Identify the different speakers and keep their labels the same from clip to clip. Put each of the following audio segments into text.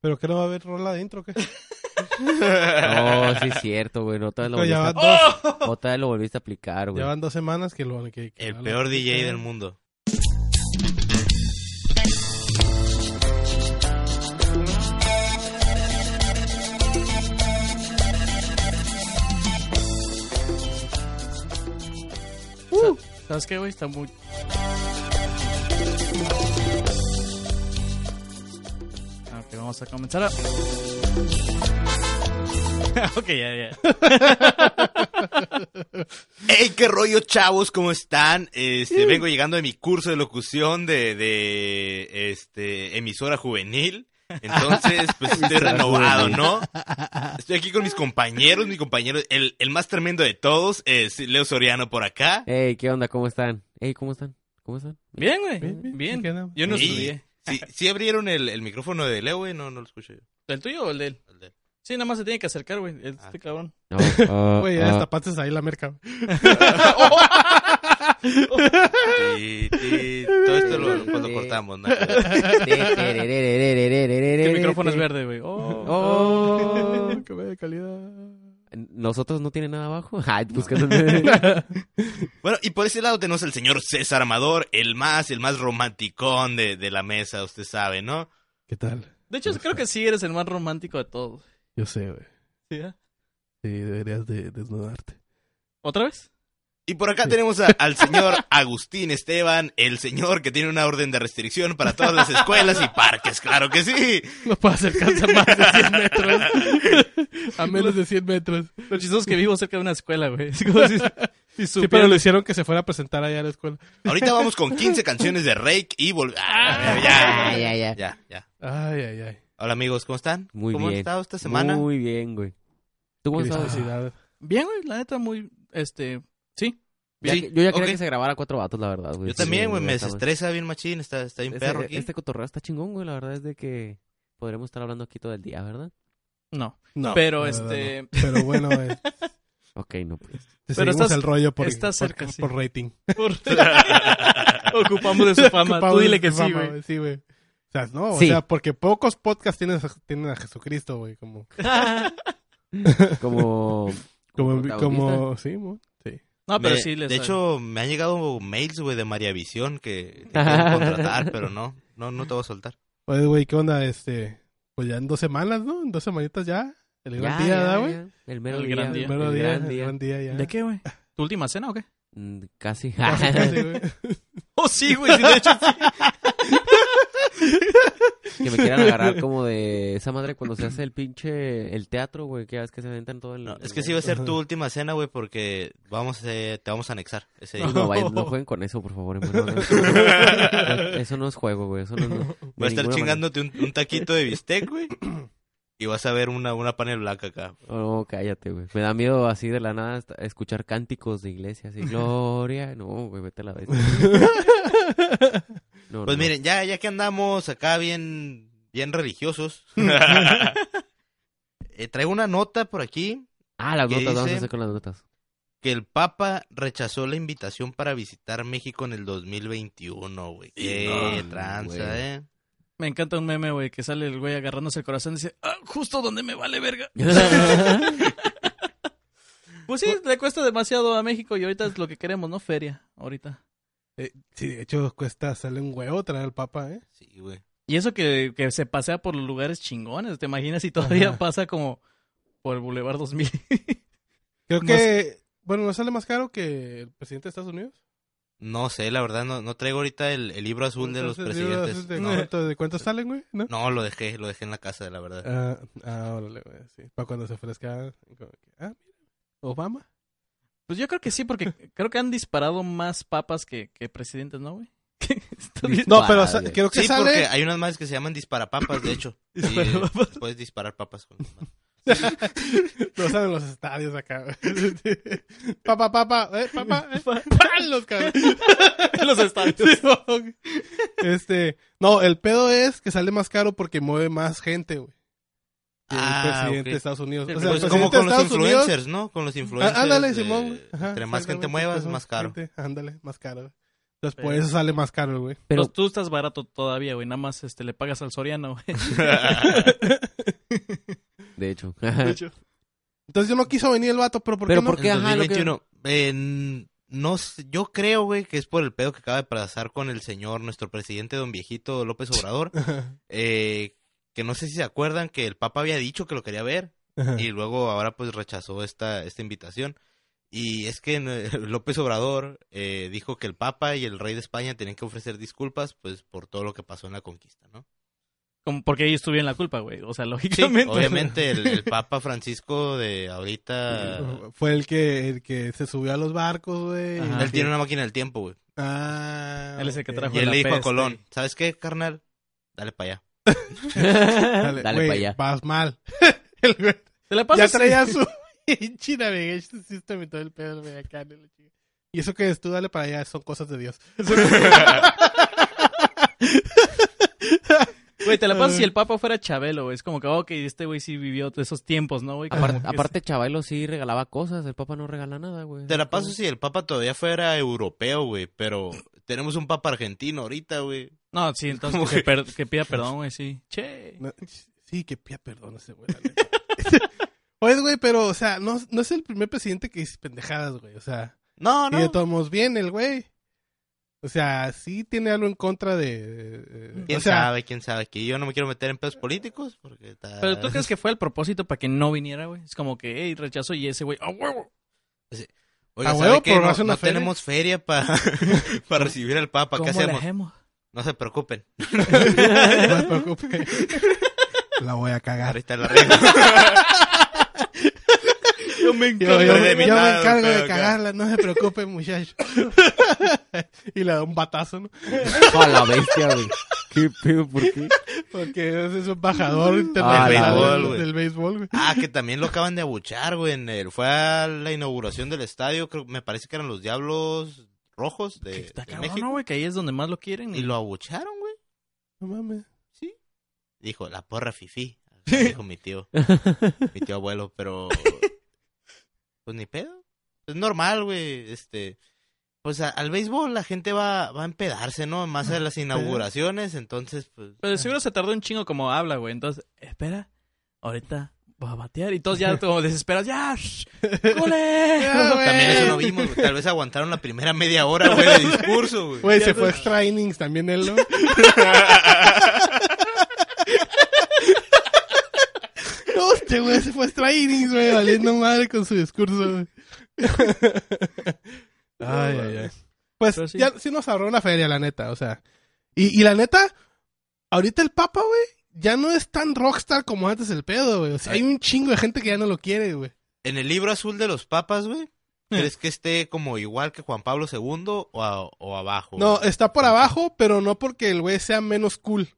Speaker 1: Pero que no va a haber rola adentro, ¿qué?
Speaker 2: No, sí es cierto, güey. No te lo
Speaker 1: Pero ya,
Speaker 2: volviste
Speaker 1: van
Speaker 2: a-
Speaker 1: dos,
Speaker 2: otra vez lo volviste a aplicar,
Speaker 1: ya
Speaker 2: güey.
Speaker 1: van dos semanas que lo... Que, que-
Speaker 3: El peor DJ del mundo.
Speaker 4: ¿Sabes qué, güey? Está muy... Ah, Ok, vamos a comenzar a... ok, ya, ya.
Speaker 3: ¡Ey, qué rollo, chavos! ¿Cómo están? Este, vengo llegando de mi curso de locución de, de este, emisora juvenil. Entonces, pues estoy renovado, ¿no? Estoy aquí con mis compañeros, mi compañero, el, el más tremendo de todos es Leo Soriano por acá.
Speaker 2: Ey, ¿qué onda? ¿Cómo están? Ey, ¿cómo están? ¿Cómo están?
Speaker 4: Bien, güey.
Speaker 1: Bien, bien,
Speaker 4: Bien.
Speaker 1: ¿qué no?
Speaker 4: Yo no
Speaker 3: Sí.
Speaker 4: estudié.
Speaker 3: Sí, sí abrieron el, el micrófono de Leo, güey, no, no lo escuché yo.
Speaker 4: ¿El tuyo o el de él?
Speaker 3: El de él.
Speaker 4: Sí, nada más se tiene que acercar, güey. el- Este cabrón.
Speaker 2: No, ah,
Speaker 1: Güey, ya
Speaker 2: ah,
Speaker 1: destapaste ahí la merca.
Speaker 3: Sí, sí, todo esto lo, lo- pues, lo cortamos, ¿no?
Speaker 4: El
Speaker 2: El
Speaker 4: micrófono es verde, güey. Oh.
Speaker 2: Oh.
Speaker 1: que vaya de calidad.
Speaker 2: Nosotros no tiene nada abajo. Ay, buscando.
Speaker 3: Bueno, y por ese lado tenemos al señor César Amador, el más, el más romanticón de, de la mesa, usted sabe, ¿no?
Speaker 1: ¿Qué tal?
Speaker 4: De hecho, creo que sí eres el más romántico de todos.
Speaker 1: Yo sé, güey.
Speaker 4: ¿Sí, eh?
Speaker 1: Sí, ah? deberías de desnudarte.
Speaker 4: ¿Otra vez?
Speaker 3: Y por acá tenemos a- al señor Agustín Esteban, el señor que tiene una orden de restricción para todas las escuelas y parques, claro que sí.
Speaker 4: No puedo acercarse a más de 100 metros.
Speaker 1: A menos de 100 metros.
Speaker 4: Lo chistoso es que vivo cerca de una escuela, güey. Es como si, si
Speaker 1: Sí, pero
Speaker 4: supiera-
Speaker 1: le hicieron que se fuera a presentar allá a la escuela.
Speaker 3: Ahorita vamos con 15 canciones de Rake y volvemos.
Speaker 2: Ah,
Speaker 3: ya,
Speaker 2: ya,
Speaker 3: ya,
Speaker 2: ya.
Speaker 3: ya, ya.
Speaker 1: Ay, ay, ay.
Speaker 3: Hola amigos, ¿cómo están?
Speaker 2: Muy
Speaker 3: ¿Cómo
Speaker 2: bien.
Speaker 3: han estado esta semana?
Speaker 2: Muy bien, güey. ¿Tú cómo
Speaker 1: Qué
Speaker 2: estás?
Speaker 1: felicidad.
Speaker 4: Bien, güey. La neta, muy... Este... Sí.
Speaker 2: Ya-
Speaker 3: Sí,
Speaker 2: yo ya quería
Speaker 3: ok.
Speaker 2: que se grabara cuatro vatos, la verdad, güey.
Speaker 3: Yo también, güey, me
Speaker 2: está-
Speaker 3: desestresa bien machín, está, está bien
Speaker 2: Este,
Speaker 3: perro aquí.
Speaker 2: este cotorreo está chingón, güey. La verdad es de que podremos estar hablando aquí todo el día, ¿verdad?
Speaker 4: No.
Speaker 1: No.
Speaker 4: Pero,
Speaker 1: la verdad,
Speaker 4: este...
Speaker 1: no. Pero bueno, güey.
Speaker 2: Ok, no, pues.
Speaker 1: Te
Speaker 4: Pero
Speaker 1: seguimos
Speaker 4: estás-
Speaker 1: el rollo por,
Speaker 4: estás
Speaker 1: por-
Speaker 4: cerca, sí.
Speaker 1: por rating.
Speaker 4: Por- Ocupamos de su fama. Tú
Speaker 1: Ocupamos
Speaker 4: dile
Speaker 1: tu
Speaker 4: que sí,
Speaker 1: fama,
Speaker 4: güey.
Speaker 1: Sí, güey. O sea, no,
Speaker 2: Sí.
Speaker 1: o sea, porque pocos podcasts tienen a, tienen a Jesucristo, güey, como,
Speaker 2: Como.
Speaker 1: como,
Speaker 2: protagonista.
Speaker 1: como, sí, mo- sí.
Speaker 4: No, Ah, pero
Speaker 3: Me-
Speaker 4: sí les.
Speaker 3: De hecho, me han llegado mails, güey, de María Visión que te quieren contratar, pero no, no, no te voy a soltar.
Speaker 1: Pues, güey, ¿qué onda? Este, pues ya en dos semanas, ¿no? En dos semanitas ya, el gran día, ¿da, güey?
Speaker 2: ya. El mero
Speaker 4: El
Speaker 2: día.
Speaker 4: gran
Speaker 1: El
Speaker 4: día.
Speaker 1: mero
Speaker 2: el
Speaker 1: día,
Speaker 2: gran
Speaker 1: el
Speaker 2: día.
Speaker 1: gran día ya.
Speaker 4: ¿De qué, güey? ¿Tu última cena o qué?
Speaker 2: Mm, Casi.
Speaker 1: Casi, casi, güey.
Speaker 4: Oh, sí, güey. sí, de hecho, sí.
Speaker 2: que me quieran agarrar como de esa madre cuando se hace el pinche. El teatro, güey. Que ya ves que se aventan todo el.
Speaker 3: No, es que sí va a ser tu última cena, güey, porque vamos, eh, te vamos a anexar. Ese día.
Speaker 2: No, vayan- no jueguen con eso, por favor. en buena onda. eso no es juego, güey. Eso no, no- de
Speaker 3: Voy a estar
Speaker 2: ninguna
Speaker 3: chingándote un, un taquito de bistec, güey, y vas a ver una, una panel blanca acá.
Speaker 2: manera. No, Oh, cállate, güey. Me da miedo así de la nada hasta escuchar cánticos de iglesia. Así, gloria. No, güey, vete a la vez. No,
Speaker 3: Pues
Speaker 2: no.
Speaker 3: miren, ya, ya que andamos acá bien, bien religiosos, eh, traigo una nota por aquí
Speaker 2: Ah, las
Speaker 3: ¿qué
Speaker 2: notas. Vamos a
Speaker 3: dice?
Speaker 2: hacer con las notas.
Speaker 3: que el Papa rechazó la invitación para visitar México en el 2021, güey. Qué
Speaker 2: no,
Speaker 3: tranza,
Speaker 2: güey.
Speaker 3: eh.
Speaker 4: Me encanta un meme, güey, que sale el güey agarrándose el corazón y dice, ah, justo donde me vale verga. Pues sí, le cuesta demasiado a México y ahorita es lo que queremos, ¿no? Feria, ahorita.
Speaker 1: Eh, sí, de hecho, cuesta sale un huevo traer al papa, ¿eh?
Speaker 3: Sí, güey.
Speaker 4: Y eso que, que se pasea por los lugares chingones, ¿te imaginas? Y todavía
Speaker 1: Ajá.
Speaker 4: pasa como por el Boulevard 2000.
Speaker 1: Creo
Speaker 4: Más-
Speaker 1: que, bueno, ¿no sale más caro que el presidente de Estados Unidos?
Speaker 3: No sé, la verdad, no, no traigo ahorita el, el libro azul de los
Speaker 1: Entonces, digo,
Speaker 3: presidentes.
Speaker 1: ¿De
Speaker 3: No,
Speaker 1: cuánto, de cuánto salen, güey? ¿No?
Speaker 3: no, lo dejé, lo dejé en la casa, la verdad.
Speaker 1: Ah, ah, órale, güey, sí. Para cuando se ofrezca. como que, Ah, mira, Obama.
Speaker 4: Pues yo creo que sí, porque creo que han disparado más papas que, que presidentes, ¿no, güey?
Speaker 1: No, pero sa-
Speaker 2: Dispara,
Speaker 1: creo que
Speaker 3: Sí, porque
Speaker 1: sale.
Speaker 3: hay unas madres que se llaman disparapapas, de hecho. Y
Speaker 1: Disparapapas.
Speaker 3: puedes disparar papas. con-
Speaker 1: No salen los estadios acá. güey. Papá, papá, eh, papá, eh, palos, cabrón.
Speaker 4: los estadios.
Speaker 1: Sí, güey. Este, no, el pedo es que sale más caro porque mueve más gente, güey. que El
Speaker 3: Ah,
Speaker 1: presidente
Speaker 3: ok.
Speaker 1: de Estados Unidos. O
Speaker 3: Pues
Speaker 1: sea, el
Speaker 3: es como
Speaker 1: presidente de
Speaker 3: con los
Speaker 1: Estados Unidos-
Speaker 3: influencers, ¿no? Con los influencers.
Speaker 1: Ah, Ándale,
Speaker 3: eh,
Speaker 1: Simón. güey. Ajá,
Speaker 3: entre más gente
Speaker 1: exactamente,
Speaker 3: muevas,
Speaker 1: entre
Speaker 3: más caro.
Speaker 1: gente, ándale, más caro. güey. Entonces,
Speaker 4: Sí.
Speaker 1: por eso sale más caro, güey.
Speaker 2: Pero-
Speaker 4: Pues tú estás barato todavía, güey. Nada más este, le pagas al Soriano, güey.
Speaker 2: De hecho.
Speaker 3: Pues
Speaker 1: De hecho. Entonces yo no quiso venir el vato, pero ¿por qué
Speaker 2: Pero
Speaker 1: no?
Speaker 2: ¿por qué?
Speaker 3: En
Speaker 2: Ajá, lo que-
Speaker 3: 2021, en- no sé, yo creo, güey, que es por el pedo que acaba de pasar con el señor, nuestro presidente, don viejito López Obrador.
Speaker 1: Ajá,
Speaker 3: eh, que no sé si se acuerdan que el Papa había dicho que lo quería ver
Speaker 2: Ah.
Speaker 1: ajá.
Speaker 3: y luego ahora pues rechazó esta, esta invitación. Y es que eh, López Obrador eh, dijo que el Papa y el Rey de España tenían que ofrecer disculpas pues por todo lo que pasó en la conquista, ¿no?
Speaker 4: Como porque ellos tuvieron la culpa, güey. O sea,
Speaker 3: Sí,
Speaker 4: lógicamente.
Speaker 3: obviamente el, el Papa Francisco de ahorita...
Speaker 1: Fue el que, el que se subió a los barcos, güey.
Speaker 4: Ajá.
Speaker 2: Ah,
Speaker 3: Él tiene una máquina del tiempo, güey.
Speaker 1: Ah,
Speaker 4: Él es el que
Speaker 1: ok.
Speaker 4: trajo
Speaker 3: Y él
Speaker 4: la
Speaker 3: le dijo a
Speaker 4: peste.
Speaker 3: Colón, ¿sabes qué, carnal? Dale para allá.
Speaker 2: Dale,
Speaker 1: Dale,
Speaker 2: para allá.
Speaker 1: Vas mal. El güey
Speaker 4: Te la
Speaker 1: ya
Speaker 4: pasas.
Speaker 1: traía su pinche navigation system y todo el pedo güey, acá, ¿no? La chica. Y eso que es tú, dale para allá, son cosas de Dios.
Speaker 4: Güey, te la pasas si
Speaker 1: Ah.
Speaker 4: el Papa fuera Chabelo, güey. Es como que, ok, este güey sí vivió de esos tiempos, ¿no,
Speaker 3: Ah,
Speaker 4: güey? Como
Speaker 2: Aparte,
Speaker 4: que
Speaker 2: aparte Chabelo sí regalaba cosas, el Papa no regala nada, güey.
Speaker 3: Te la paso si el Papa todavía fuera europeo, güey, pero tenemos un Papa argentino ahorita, güey.
Speaker 4: es- No, sí, entonces
Speaker 3: Como Ah.
Speaker 4: que, per- que pida perdón, güey, sí. Che.
Speaker 1: No, sí, que pía perdón ese güey. la neta. Oye, güey, pero, o sea, no, no es el primer presidente que dice pendejadas, güey. O sea,
Speaker 3: No, no.
Speaker 1: y de todos modos bien el güey. O sea, sí tiene algo en contra de... eh,
Speaker 3: ¿Quién
Speaker 1: o sea,
Speaker 3: sabe? ¿Quién sabe? Que yo no me quiero meter en pedos políticos porque está...
Speaker 4: Pero tú crees que fue el propósito para que no viniera, güey. Es como que, hey, rechazo y ese güey, ¡ah, huevo!
Speaker 3: Oiga,
Speaker 1: A
Speaker 3: ¿sabe
Speaker 1: huevo,
Speaker 3: qué?
Speaker 1: pero
Speaker 3: No,
Speaker 1: hace una
Speaker 3: no
Speaker 1: feria.
Speaker 3: tenemos feria para para recibir al Papa. ¿Qué
Speaker 4: ¿Cómo le
Speaker 3: hacemos?
Speaker 4: hacemos?
Speaker 3: No se preocupen.
Speaker 1: no me preocupe. La voy a
Speaker 3: Ahí
Speaker 1: cagar.
Speaker 3: está la regla.
Speaker 4: Yo me
Speaker 1: Yo, yo- yo
Speaker 3: Estoy
Speaker 1: me- yo me
Speaker 3: limitado,
Speaker 1: encargo de
Speaker 3: acá.
Speaker 1: cagarla, no se preocupe, muchacho. y le da un batazo, ¿no?
Speaker 2: A la bestia, güey. ¿Qué pedo? ¿Por qué?
Speaker 1: Porque ese es un bajador
Speaker 2: Ah, la
Speaker 1: internacional
Speaker 3: béisbol, güey.
Speaker 1: del béisbol, güey.
Speaker 3: Ah, que también lo acaban de abuchar, güey. en el- fue a la inauguración del estadio, creo, me parece que eran los Diablos Rojos de,
Speaker 4: Está
Speaker 3: de
Speaker 4: cabrón, ¿no,
Speaker 3: México.
Speaker 4: güey, que ahí es donde más lo quieren.
Speaker 3: Y lo abucharon, güey.
Speaker 1: No mames.
Speaker 3: Dijo, la porra fifi. Dijo mi tío. mi tío abuelo, pero. Pues ni pedo. Es normal, güey. Este. Pues a- al béisbol la gente va, va a empedarse, ¿no? Más a las
Speaker 1: Pues,
Speaker 3: inauguraciones, entonces, pues.
Speaker 4: Pero de seguro se tardó un chingo como habla, güey. Entonces, espera, ahorita va a batear. Y todos ya como desesperados, ¡ya! shh,
Speaker 1: Ya,
Speaker 4: ¡Culero!
Speaker 1: güey.
Speaker 3: También eso no vimos, güey. Tal vez aguantaron la primera media hora, güey, de discurso, güey.
Speaker 1: Güey, se fue extra innings también él, ¿no? No, este güey se fue extra innings, güey, valiendo madre con su discurso, güey. Ay, ay, ay. Pues
Speaker 4: Pero sí.
Speaker 1: ya sí nos ahorró una feria, la neta, o sea. Y, y la neta, ahorita el Papa, güey, ya no es tan rockstar como antes el pedo, güey. O sea, hay un chingo de gente que ya no lo quiere, güey.
Speaker 3: En el libro azul de los papas,
Speaker 1: eh.
Speaker 3: güey. ¿Crees que esté como igual que Juan Pablo II o, a- o abajo?
Speaker 1: No,
Speaker 3: güey?
Speaker 1: está por abajo, pero no porque el güey sea menos cool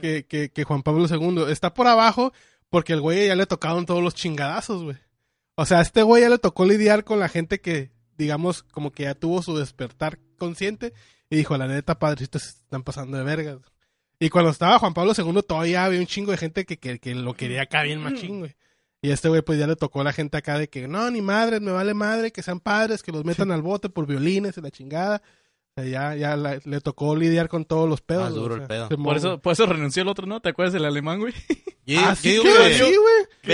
Speaker 1: que, que, que Juan Pablo II. Está por abajo porque el güey ya le tocaron todos los chingadazos, güey. O sea, a este güey ya le tocó lidiar con la gente que, digamos, como que ya tuvo su despertar consciente y dijo, la neta, padrecitos, se están pasando de vergas. Y cuando estaba Juan Pablo II todavía había un chingo de gente que, que, que lo quería acá bien machín, güey. Y a este güey pues ya le tocó a la gente acá de que no, ni madres, me vale madre, que sean padres, que los metan al bote por violines y la chingada. O sea, ya, ya la- le tocó lidiar con todos los pedos.
Speaker 3: Más
Speaker 1: güey,
Speaker 3: duro
Speaker 1: o
Speaker 3: el
Speaker 1: sea,
Speaker 3: pedo.
Speaker 1: se
Speaker 4: Por
Speaker 1: movió.
Speaker 4: eso, por eso renunció el otro, ¿no? ¿Te acuerdas del alemán, güey?
Speaker 3: Yo-
Speaker 1: Ah,
Speaker 3: yo
Speaker 1: sí,
Speaker 3: digo
Speaker 1: creo que
Speaker 3: que-
Speaker 1: sí, güey.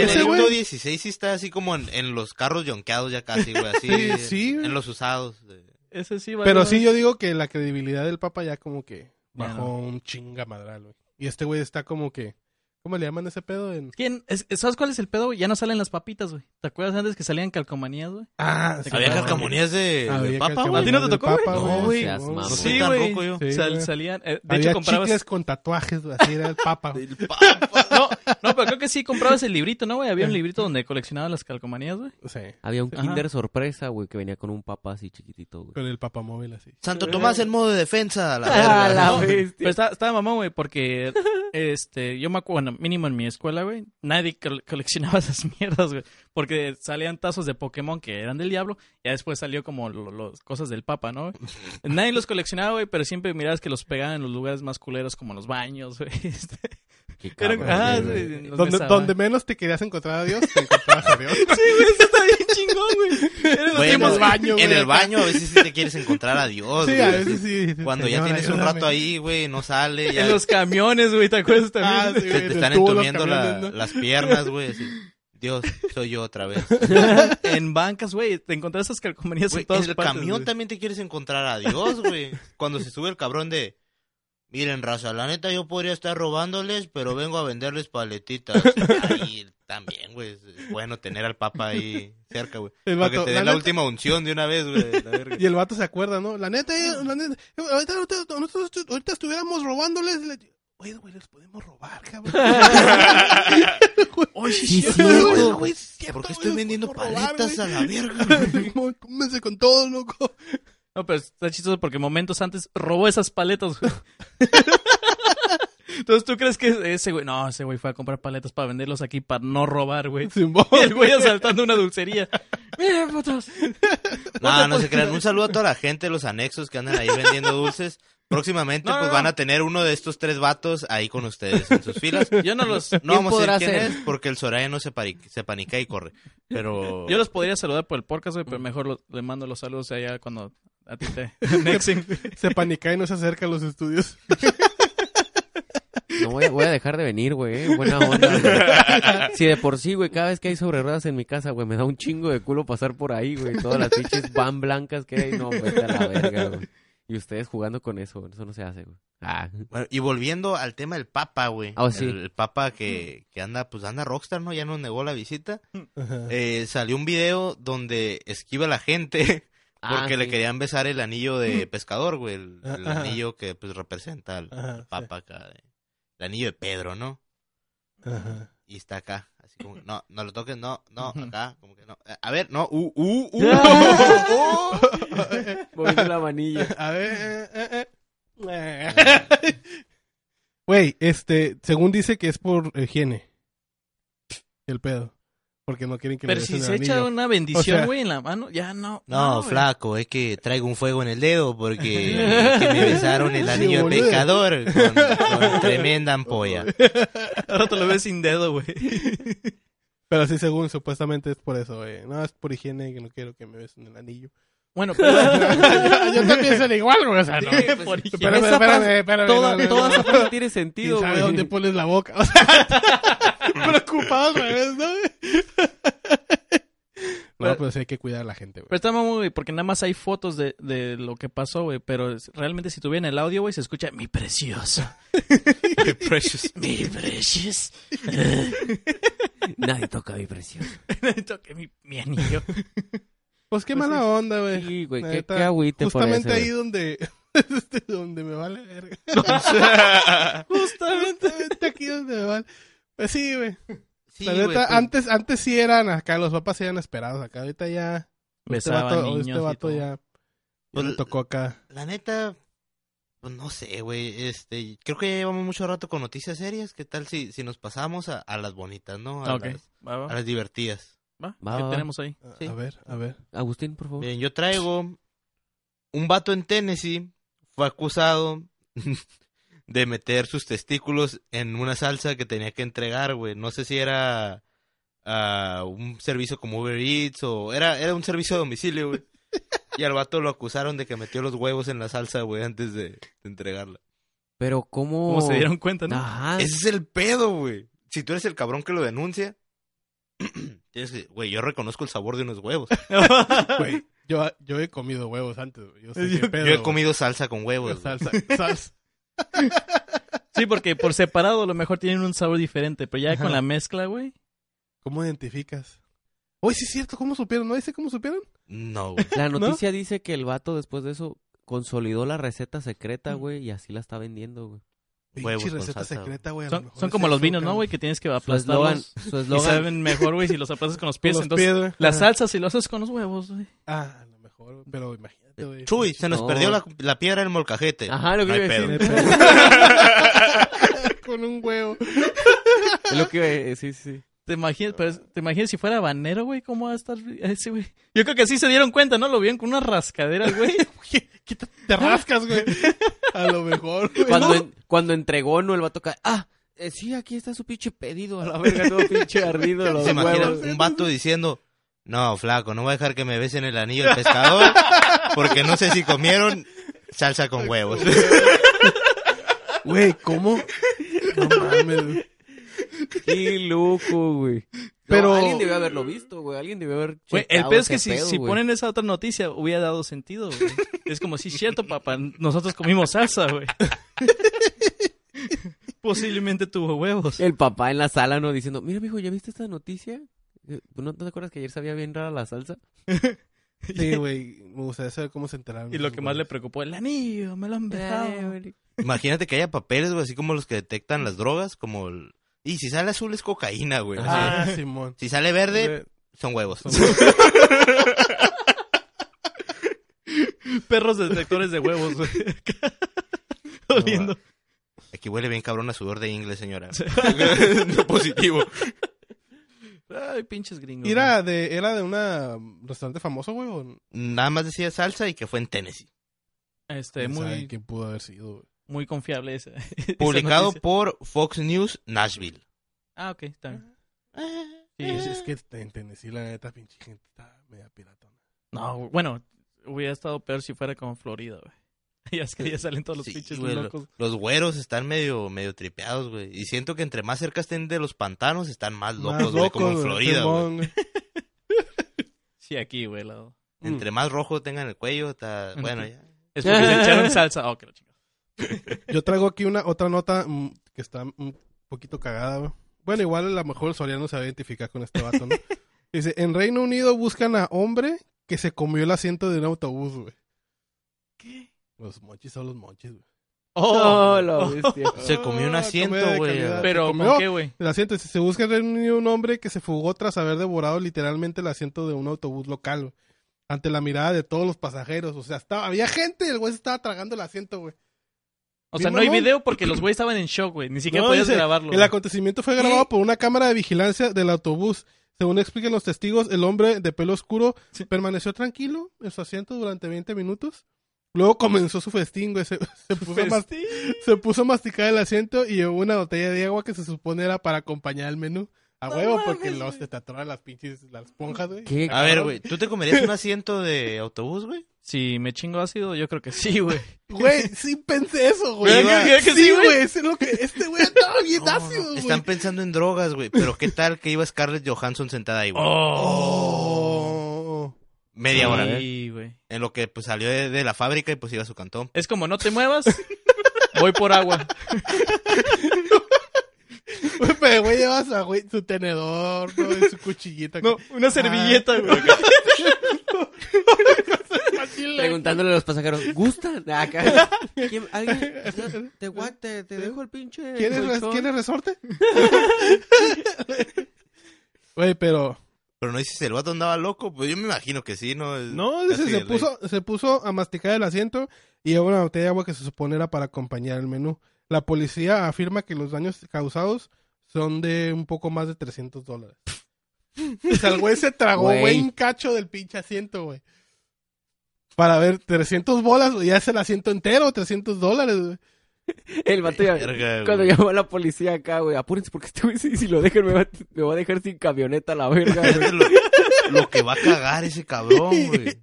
Speaker 1: Ese güey.
Speaker 3: Benedicto 16 sí está así como en, en los carros yonqueados ya casi, güey, así.
Speaker 1: Sí, sí, güey.
Speaker 3: en los usados. eh.
Speaker 4: Ese sí,
Speaker 1: Pero sí, yo digo que la credibilidad del Papa ya como que
Speaker 4: Ya
Speaker 1: bajó un chingamadral, güey. Y este güey está como que. ¿Cómo le llaman ese pedo? En...
Speaker 4: ¿Quién? Es- ¿Sabes cuál es el pedo, güey? Ya no salen las papitas, güey. ¿Te acuerdas antes que salían calcomanías, güey?
Speaker 1: Ah,
Speaker 4: sí,
Speaker 3: Había
Speaker 4: claro.
Speaker 3: calcamonías de,
Speaker 1: Había
Speaker 3: del Papa,
Speaker 1: calcamonías
Speaker 3: güey.
Speaker 4: ¿A ti no te
Speaker 1: del
Speaker 4: tocó, güey?
Speaker 1: Papa,
Speaker 4: No,
Speaker 1: güey.
Speaker 2: seas mamón.
Speaker 3: Ah, No
Speaker 4: Sí,
Speaker 3: soy
Speaker 4: güey.
Speaker 3: tan ruco yo.
Speaker 1: Sí,
Speaker 4: Sal-
Speaker 1: güey.
Speaker 4: salían. eh, de
Speaker 1: Había
Speaker 4: hecho, comprabas.
Speaker 1: chicles con tatuajes, güey, así era el papa. güey.
Speaker 3: Del Papa.
Speaker 4: No, no, pero creo que que sí comprabas el librito, ¿no, güey? Había un librito donde coleccionaba las calcomanías, güey.
Speaker 1: Sí,
Speaker 2: Había un
Speaker 4: Ajá.
Speaker 2: Kinder sorpresa, güey, que venía con un papá así chiquitito, güey.
Speaker 1: con el papamóvil así.
Speaker 3: Santo Tomás en modo de defensa, la
Speaker 2: Ah,
Speaker 3: verga,
Speaker 2: la
Speaker 3: ¿no?
Speaker 4: Pero está- estaba mamón, güey, porque este, yo me acuerdo, bueno, mínimo en mi escuela, güey, nadie col- coleccionaba esas mierdas, güey, porque salían tazos de Pokémon que eran del diablo, ya después salió como lo- los cosas del Papa, ¿no? güey? nadie los coleccionaba, güey, pero siempre mirabas que los pegaban en los lugares más culeros como los baños, güey. este,
Speaker 2: Qué
Speaker 4: pero-
Speaker 2: cabrón,
Speaker 4: ah,
Speaker 2: güey.
Speaker 4: sí, los
Speaker 1: Donde,
Speaker 4: besaban.
Speaker 1: donde menos te querías encontrar a Dios, te encontrabas a Dios.
Speaker 4: Sí, güey, eso está bien chingón, güey. Era los
Speaker 3: Bueno,
Speaker 4: tiempos
Speaker 1: hacemos baño,
Speaker 3: en
Speaker 1: güey,
Speaker 3: el
Speaker 1: acá.
Speaker 3: baño a veces sí te quieres encontrar a Oh, Dios,
Speaker 1: Sí,
Speaker 3: güey.
Speaker 1: a veces sí.
Speaker 3: Cuando ya
Speaker 1: Señor,
Speaker 3: tienes un
Speaker 1: ayúdame.
Speaker 3: rato ahí, güey, no sale, ya
Speaker 4: En los camiones, güey, ¿te acuerdas también?
Speaker 1: Ah, sí,
Speaker 3: te,
Speaker 1: güey,
Speaker 3: te
Speaker 1: en el
Speaker 3: están
Speaker 1: tubo los
Speaker 3: entumiendo la-
Speaker 1: camiones, ¿no?
Speaker 3: las piernas, güey, así. Dios, soy yo otra vez.
Speaker 4: en bancas, güey, te encontrás esas calcomanías
Speaker 3: Güey,
Speaker 4: en
Speaker 3: en
Speaker 4: todas
Speaker 3: el
Speaker 4: partes.
Speaker 3: camión
Speaker 4: güey.
Speaker 3: también te quieres encontrar a Dios, güey. Cuando se sube el cabrón de... Miren, raza, la neta yo podría estar robándoles, pero vengo a venderles paletitas. Ahí también, güey. Es bueno tener al papa ahí cerca, güey.
Speaker 1: El
Speaker 3: Para que
Speaker 1: vato,
Speaker 3: te
Speaker 1: la
Speaker 3: dé la
Speaker 1: neta-
Speaker 3: última unción de una vez, güey. la verga.
Speaker 1: Y el vato se acuerda, ¿no? La neta, eh, la neta, eh, ahorita, ahorita- nosotros estu- ahorita estuviéramos robándoles. le- Oye, güey, les podemos robar, cabrón. Oye,
Speaker 2: sí,
Speaker 1: es
Speaker 2: es cierto.
Speaker 1: güey, güey, es cierto,
Speaker 3: ¿Por qué
Speaker 1: güey,
Speaker 3: estoy
Speaker 1: les
Speaker 3: vendiendo
Speaker 1: podemos robar,
Speaker 3: paletas a
Speaker 1: güey.
Speaker 3: la verga?
Speaker 1: Simón, Cómense con todo, loco.
Speaker 4: No, pero está chistoso porque momentos antes robó esas paletas, güey. Entonces, ¿tú crees que ese güey... No, ese güey fue a comprar paletas para venderlos aquí para no robar, güey.
Speaker 1: Simón.
Speaker 4: Y el güey asaltando una dulcería. Mira, putos.
Speaker 3: No, no se crean. Un saludo a toda la gente, los anexos que andan ahí vendiendo dulces. Próximamente,
Speaker 4: No, no,
Speaker 3: pues
Speaker 4: no.
Speaker 3: van a tener uno de estos tres vatos ahí con ustedes en sus filas.
Speaker 4: Yo no los...
Speaker 3: No
Speaker 2: ¿Quién
Speaker 3: vamos a
Speaker 2: podrá
Speaker 3: decir quién
Speaker 2: ser?
Speaker 3: es porque el Soraya no se, pari- se panica y corre. Pero.
Speaker 4: Yo los podría saludar por el podcast, güey,
Speaker 1: Mm.
Speaker 4: pero mejor los- le mando los saludos allá cuando a ti te... Nexing.
Speaker 1: Se panica y no se acerca a los estudios.
Speaker 2: No voy a, voy a dejar de venir, güey. eh, Buena onda. güey. Si de por sí, güey, cada vez que hay sobre ruedas en mi casa, güey, me da un chingo de culo pasar por ahí, güey. Todas las pinches van blancas que hay. No, vete a la verga, güey. Y ustedes jugando con eso, güey, eso no se hace, güey. Ah,
Speaker 3: Bueno, y volviendo al tema del Papa, güey.
Speaker 2: Ah, sí.
Speaker 3: El, el Papa que, que anda, pues anda rockstar, ¿no? Ya nos negó la visita. Eh, salió un video donde esquiva a la gente
Speaker 2: Ah,
Speaker 3: porque le
Speaker 2: sí.
Speaker 3: querían besar el anillo de pescador, güey. El,
Speaker 4: Ah,
Speaker 3: el
Speaker 1: Ajá.
Speaker 3: anillo que, pues, representa al,
Speaker 1: Ajá, sí.
Speaker 3: Papa acá. de- el anillo de Pedro, ¿no? Y está acá. Así como, que, no, no lo toques, no, no,
Speaker 4: Ujú.
Speaker 3: acá, como que no. Eh, A ver, no, uh, uh, uh.
Speaker 2: Moviendo la manilla.
Speaker 1: A ver. eh, eh, eh. Güey, este, según dice que es por eh, higiene. El pedo. Porque no quieren que
Speaker 4: Pero
Speaker 1: le
Speaker 4: si
Speaker 1: besen
Speaker 4: se
Speaker 1: el
Speaker 4: echa
Speaker 1: anillo.
Speaker 4: una
Speaker 1: O sea-
Speaker 4: bendición, güey, en la mano, ya no.
Speaker 3: No,
Speaker 1: Ah,
Speaker 4: güey.
Speaker 3: flaco, es que traigo un fuego en el dedo porque que me besaron el
Speaker 1: Sí,
Speaker 3: anillo de
Speaker 1: boludo.
Speaker 3: pescador con, con tremenda ampolla.
Speaker 4: Ahora te lo ves sin dedo, güey.
Speaker 1: Pero sí, según, supuestamente es por eso, güey. No, es por higiene que no quiero que me besen el anillo.
Speaker 4: Bueno, pues, pero...
Speaker 1: Yo también soy igual, güey. O sea, no. pues,
Speaker 4: Sí, por higiene.
Speaker 1: Espérame,
Speaker 2: Esa
Speaker 1: espérame,
Speaker 2: frase-
Speaker 1: espérame.
Speaker 2: Toda,
Speaker 1: no, no,
Speaker 2: toda
Speaker 1: no.
Speaker 2: esa frase tiene sentido,
Speaker 1: ¿Quién sabe dónde
Speaker 2: güey.
Speaker 1: pones la boca? O sea, preocupados, ¿sabes? ¿no? No,
Speaker 4: Pero-
Speaker 1: pero sí hay que cuidar a la gente, güey.
Speaker 4: Pero está mamón, güey, porque nada más hay fotos de, de lo que pasó, güey. Pero es- realmente si tuvieran el audio, güey, se escucha mi precioso. mi precious. mi precious.
Speaker 2: Nadie toca mi precioso.
Speaker 4: Toqué mi, mi anillo.
Speaker 1: Pues qué
Speaker 2: Pues
Speaker 1: mala onda, güey.
Speaker 2: Sí, güey,
Speaker 1: La
Speaker 2: qué,
Speaker 1: neta,
Speaker 2: qué agüite por
Speaker 1: Justamente
Speaker 2: eso,
Speaker 1: ahí
Speaker 2: güey.
Speaker 1: donde, este, donde me vale verga.
Speaker 4: Justamente.
Speaker 1: Justamente aquí donde me vale. Pues sí, güey.
Speaker 3: Sí,
Speaker 1: la
Speaker 3: güey,
Speaker 1: neta,
Speaker 3: pues,
Speaker 1: antes, antes sí eran acá, los papás sí eran esperados acá. Ahorita ya.
Speaker 4: Besaba
Speaker 1: este vato,
Speaker 4: niños
Speaker 1: este
Speaker 4: y
Speaker 1: vato
Speaker 4: todo.
Speaker 1: ya. ya
Speaker 3: Pues,
Speaker 1: le tocó acá.
Speaker 3: la neta, pues no sé, güey. Este, creo que ya llevamos mucho rato con noticias serias. ¿Qué tal si, si nos pasamos a, a las bonitas, no? A,
Speaker 4: Ah, ok.
Speaker 3: las,
Speaker 4: Va,
Speaker 3: a
Speaker 4: va.
Speaker 3: las divertidas.
Speaker 4: va.
Speaker 2: Va,
Speaker 4: ¿Qué
Speaker 2: va, va.
Speaker 4: tenemos ahí?
Speaker 1: A-
Speaker 3: Sí.
Speaker 1: A ver, a ver.
Speaker 2: Agustín, por favor.
Speaker 3: Miren, yo traigo un vato en Tennessee fue acusado de meter sus testículos en una salsa que tenía que entregar, güey. No sé si era ah, un servicio como Uber Eats o era era un servicio a domicilio, güey. Y al vato lo acusaron de que metió los huevos en la salsa, güey, antes de, de entregarla.
Speaker 2: Pero, ¿cómo...?
Speaker 4: Como se dieron cuenta, ¿no?
Speaker 1: Ah.
Speaker 2: Ajá.
Speaker 3: Ese es el pedo, güey. Si tú eres el cabrón que lo denuncia, tienes que, güey, yo reconozco el sabor de unos huevos.
Speaker 1: Güey, yo, yo he comido huevos antes, güey. Yo, sé
Speaker 4: Yo-
Speaker 1: qué pedo,
Speaker 3: yo he
Speaker 1: güey.
Speaker 3: comido salsa con huevos. güey.
Speaker 1: Salsa, salsa.
Speaker 4: Sí, porque por separado a lo mejor tienen un sabor diferente. Pero ya
Speaker 1: Ajá.
Speaker 4: con la mezcla, güey.
Speaker 1: ¿Cómo identificas? Oye, sí es cierto, ¿cómo supieron? ¿No dice cómo supieron?
Speaker 3: No, güey.
Speaker 2: La noticia dice que el vato después de eso consolidó la receta secreta, güey, y así la está vendiendo, güey.
Speaker 3: Huevos
Speaker 1: Pinche
Speaker 3: con
Speaker 1: receta
Speaker 2: salsa.
Speaker 1: secreta, güey. a lo
Speaker 4: Son,
Speaker 1: mejor
Speaker 4: son
Speaker 1: es
Speaker 4: como los
Speaker 1: eso,
Speaker 4: vinos, ¿no,
Speaker 1: cabrón.
Speaker 4: güey? Que tienes que
Speaker 2: Su eslogan,
Speaker 4: aplastarlos.
Speaker 2: su
Speaker 4: Y
Speaker 2: eslogan,
Speaker 4: saben mejor, güey, si los aplastas con los pies.
Speaker 1: Con los
Speaker 4: entonces,
Speaker 1: pies, güey.
Speaker 4: la
Speaker 1: Ajá.
Speaker 4: salsa si lo haces con los huevos, güey.
Speaker 1: Ah, a lo mejor, güey, pero imagínate, güey.
Speaker 3: Chuy, se nos
Speaker 2: No. Ah,
Speaker 3: perdió la, la piedra en el molcajete.
Speaker 2: Ajá, lo que
Speaker 3: No hay
Speaker 2: iba a
Speaker 3: pedo.
Speaker 2: decir.
Speaker 1: Con un huevo.
Speaker 2: es lo que iba a decir, sí, sí.
Speaker 4: ¿Te imaginas, pero es- ¿Te imaginas si fuera banero, güey? ¿Cómo va a estar ese, güey? Yo creo que sí se dieron cuenta, ¿no? Lo vieron con unas rascaderas, güey.
Speaker 1: Oye, quita- Te rascas, güey. A lo mejor, güey.
Speaker 2: Cuando, en- cuando entregó, no, el vato cae. Ah, eh, sí, aquí está su pinche pedido. A la verga, todo pinche ardido. los
Speaker 3: ¿Se imaginan
Speaker 2: huevos.
Speaker 3: un vato diciendo, no, flaco, no voy a dejar que me besen el anillo del pescador porque no sé si comieron salsa con huevos?
Speaker 1: Güey, ¿cómo? No mames, güey.
Speaker 2: Qué loco, güey. Pero...
Speaker 1: Pero-
Speaker 2: alguien debió haberlo visto, güey. Alguien debió haber.
Speaker 4: Güey, el
Speaker 2: checado
Speaker 4: pedo es que
Speaker 2: ese
Speaker 4: si,
Speaker 2: pedo,
Speaker 4: si
Speaker 2: güey.
Speaker 4: ponen esa otra noticia hubiera dado sentido, güey. Es como, sí, cierto, papá, nosotros comimos salsa, güey. Posiblemente tuvo huevos.
Speaker 2: El papá en la sala, ¿no? Diciendo, mira, mijo, ¿ya viste esta noticia? Eh, ¿No no te acuerdas que ayer sabía bien rara la salsa?
Speaker 1: Sí, güey. Me gustaría saber cómo se enteraron.
Speaker 4: Y lo que más le preocupó, el anillo, me lo
Speaker 2: Eh,
Speaker 4: han dejado.
Speaker 3: Imagínate que haya papeles, güey, así como los que detectan las drogas, como el... Y si sale azul es cocaína, güey.
Speaker 2: Ajá.
Speaker 1: Ah, Simón. Eh,
Speaker 3: Si sale verde, son huevos.
Speaker 4: Perros detectores de huevos, güey. Oliendo.
Speaker 3: Aquí huele bien cabrón a sudor de inglés, señora. Positivo.
Speaker 4: Ay, pinches gringos.
Speaker 1: Era de, era de una um, restaurante famoso, güey. o no
Speaker 3: Nada más decía salsa y que fue en Tennessee.
Speaker 4: güey.
Speaker 1: sabe
Speaker 4: Este, muy,
Speaker 1: quién pudo haber sido, güey.
Speaker 4: muy confiable ese. esa
Speaker 3: Publicado
Speaker 4: noticia.
Speaker 3: por Fox News Nashville.
Speaker 4: Ah, ok, está bien. Sí,
Speaker 1: Es,
Speaker 4: sí,
Speaker 1: es
Speaker 4: sí.
Speaker 1: que en Tennessee, la neta, pinche gente está media piratona.
Speaker 4: No, güey, bueno, hubiera estado peor si fuera como Florida, güey. Ya es que ya salen todos los
Speaker 3: Sí,
Speaker 4: pinches
Speaker 3: güey, lo-
Speaker 4: locos.
Speaker 3: Los güeros están medio, medio tripeados, güey. Y siento que entre más cerca estén de los pantanos, están más locos,
Speaker 1: Más
Speaker 3: güey, como
Speaker 1: locos,
Speaker 3: en
Speaker 1: güey,
Speaker 3: Florida, güey.
Speaker 1: Simón, güey.
Speaker 4: Sí, aquí, güey, la...
Speaker 3: Entre más rojo tengan el cuello, está... Bueno, ya.
Speaker 4: Es porque le echaron salsa. Oh, que la chingada.
Speaker 1: Yo traigo aquí una otra nota mm, que está un poquito cagada, güey. Bueno, igual a lo mejor el Soriano se va a identificar con este vato, ¿no? Dice, en Reino Unido buscan a hombre que se comió el asiento de un autobús, güey.
Speaker 4: ¿Qué?
Speaker 1: Los monchis son los monchis, güey.
Speaker 2: Oh, la bestia.
Speaker 3: Se comió un
Speaker 1: Ah, comida
Speaker 3: asiento,
Speaker 1: de
Speaker 3: güey.
Speaker 1: calidad.
Speaker 4: Pero,
Speaker 1: ¿Te
Speaker 4: ¿con
Speaker 1: comió?
Speaker 4: qué, güey?
Speaker 1: El asiento, dice, se busca en Reino Unido un hombre que se fugó tras haber devorado literalmente el asiento de un autobús local, güey. Ante la mirada de todos los pasajeros. O sea, estaba, había gente y el güey se estaba tragando el asiento, güey.
Speaker 4: O sea,
Speaker 1: Mi
Speaker 4: no hay
Speaker 1: mamón.
Speaker 4: video porque los güeyes estaban en shock, güey. Ni siquiera
Speaker 1: No,
Speaker 4: podías
Speaker 1: dice,
Speaker 4: grabarlo.
Speaker 1: El acontecimiento fue grabado por una cámara de vigilancia del autobús. Según explican los testigos, el hombre de pelo oscuro
Speaker 4: Sí.
Speaker 1: permaneció tranquilo en su asiento durante 20 minutos. Luego comenzó su festín, güey. Se, se puso a
Speaker 4: güey.
Speaker 1: mas- se puso a masticar el asiento y llevó una botella de agua que se supone era para acompañar el menú. A huevo, porque los te atoran las pinches, las esponjas, güey.
Speaker 2: ¿Qué?
Speaker 3: A ver, güey, ¿tú te comerías un asiento de autobús, güey?
Speaker 4: Si me chingo ácido, yo creo que sí, güey.
Speaker 1: Güey, sí pensé eso, güey.
Speaker 4: ¿Verdad que- que sí,
Speaker 1: Sí,
Speaker 4: güey?
Speaker 1: güey, eso es lo que... Este güey estaba bien
Speaker 3: No,
Speaker 1: ácido,
Speaker 3: no,
Speaker 1: güey.
Speaker 3: Están pensando en drogas, güey. Pero ¿qué tal que iba Scarlett Johansson sentada ahí, güey?
Speaker 1: Oh.
Speaker 3: Media hora.
Speaker 4: Sí, güey.
Speaker 3: En lo que pues salió de, de la fábrica y pues iba a su cantón.
Speaker 4: Es como, no te muevas, voy por agua.
Speaker 1: Güey, Pero güey lleva su, güey, su tenedor, ¿no? Y su cuchillita.
Speaker 4: No, una servilleta, güey.
Speaker 2: Preguntándole a los pasajeros, ¿gustan? Acá. ¿Quién- ¿Alguien? Te, gua- te, te dejo el pinche.
Speaker 1: ¿Quieres, res-
Speaker 2: colchón.
Speaker 1: ¿Quieres resorte? Güey, pero...
Speaker 3: Pero no dices, el vato andaba loco. Pues yo me imagino que sí, ¿no?
Speaker 1: No,
Speaker 3: Casi
Speaker 1: dice, se,
Speaker 3: de ley.
Speaker 1: puso, se puso a masticar el asiento y llevó una botella de agua que se supone era para acompañar el menú. La policía afirma que los daños causados son de un poco más de 300 dólares. O sea, el güey se tragó
Speaker 2: Güey.
Speaker 1: buen cacho del pinche asiento, güey. Para ver, 300 bolas, güey, ya es el asiento entero, 300 dólares, güey.
Speaker 2: El vato ya-
Speaker 3: Verga,
Speaker 2: Cuando
Speaker 3: güey.
Speaker 2: llamó a la policía acá, güey, apúrense porque este güey, si, si lo dejan, me va, me va a dejar sin camioneta la verga, güey.
Speaker 3: Fíjate lo, lo que va a cagar ese cabrón, güey.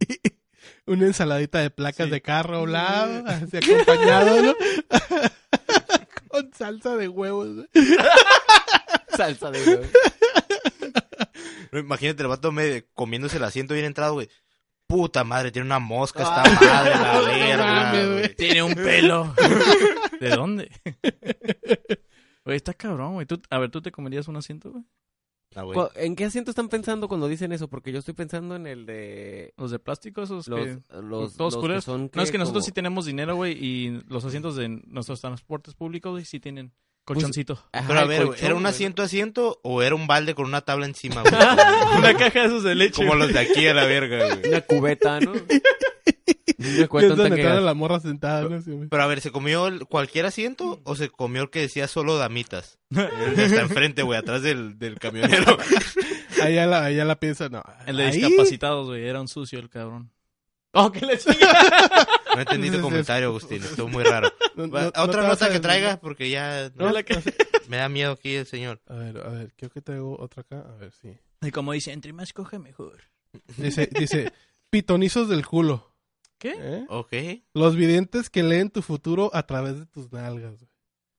Speaker 1: Una ensaladita de placas de carro a un lado, así acompañado, ¿no? Con salsa de huevos, güey.
Speaker 2: Salsa de güey.
Speaker 3: Imagínate el vato me, comiéndose el asiento bien entrado, güey. Puta madre, tiene una mosca
Speaker 2: Ah.
Speaker 3: esta madre, la
Speaker 1: No
Speaker 3: verga,
Speaker 1: mames, güey.
Speaker 3: güey.
Speaker 4: Tiene un pelo. ¿De dónde? Güey, está cabrón, güey. Tú- A ver, ¿tú te comerías un asiento, güey?
Speaker 3: Ah, güey.
Speaker 2: Cu- ¿En qué asiento están pensando cuando dicen eso? Porque yo estoy pensando en el de
Speaker 4: Los de plástico, esos
Speaker 2: los,
Speaker 4: que-
Speaker 2: los,
Speaker 4: todos
Speaker 2: los que
Speaker 4: culeros.
Speaker 2: son
Speaker 4: No, es que nosotros
Speaker 2: como-
Speaker 4: sí tenemos dinero, güey, y los asientos de nuestros transportes públicos, güey, sí tienen colchoncito.
Speaker 2: Ajá,
Speaker 3: Pero a
Speaker 2: el
Speaker 3: ver, güey,
Speaker 2: colchón,
Speaker 3: ¿era un
Speaker 2: güey.
Speaker 3: asiento a asiento o era un balde con una tabla encima, güey?
Speaker 4: Una caja de esos de leche.
Speaker 3: Como los de aquí a la verga, güey.
Speaker 2: Una cubeta, ¿no? Una
Speaker 1: Es
Speaker 2: cubeta
Speaker 1: donde
Speaker 2: que
Speaker 1: estaba la morra sentada, ¿no? Sí, güey.
Speaker 3: Pero a ver, ¿se comió el- cualquier asiento o se comió el que decía solo damitas? El que está enfrente, güey, atrás del, del camionero.
Speaker 1: Allá la, allá la piensa, no.
Speaker 4: El de
Speaker 1: ahí-
Speaker 4: discapacitados, güey, era un sucio el cabrón.
Speaker 2: Oh, que le
Speaker 3: No entendí tu comentario, Agustín. Estuvo muy raro.
Speaker 1: no- no-
Speaker 3: Va,
Speaker 1: no te
Speaker 3: Otra
Speaker 1: vas
Speaker 3: nota
Speaker 1: a-
Speaker 3: que traiga, porque ya
Speaker 1: No,
Speaker 3: no,
Speaker 1: no sé.
Speaker 3: me da miedo aquí el señor.
Speaker 1: A ver, a ver, creo que traigo otra acá. A ver, sí.
Speaker 4: Y como dice, entre más coge, mejor.
Speaker 1: Dice, dice pitonizos del culo.
Speaker 4: ¿Qué?
Speaker 1: ¿Eh?
Speaker 3: Ok.
Speaker 1: Los videntes que leen tu futuro a través de tus nalgas. güey.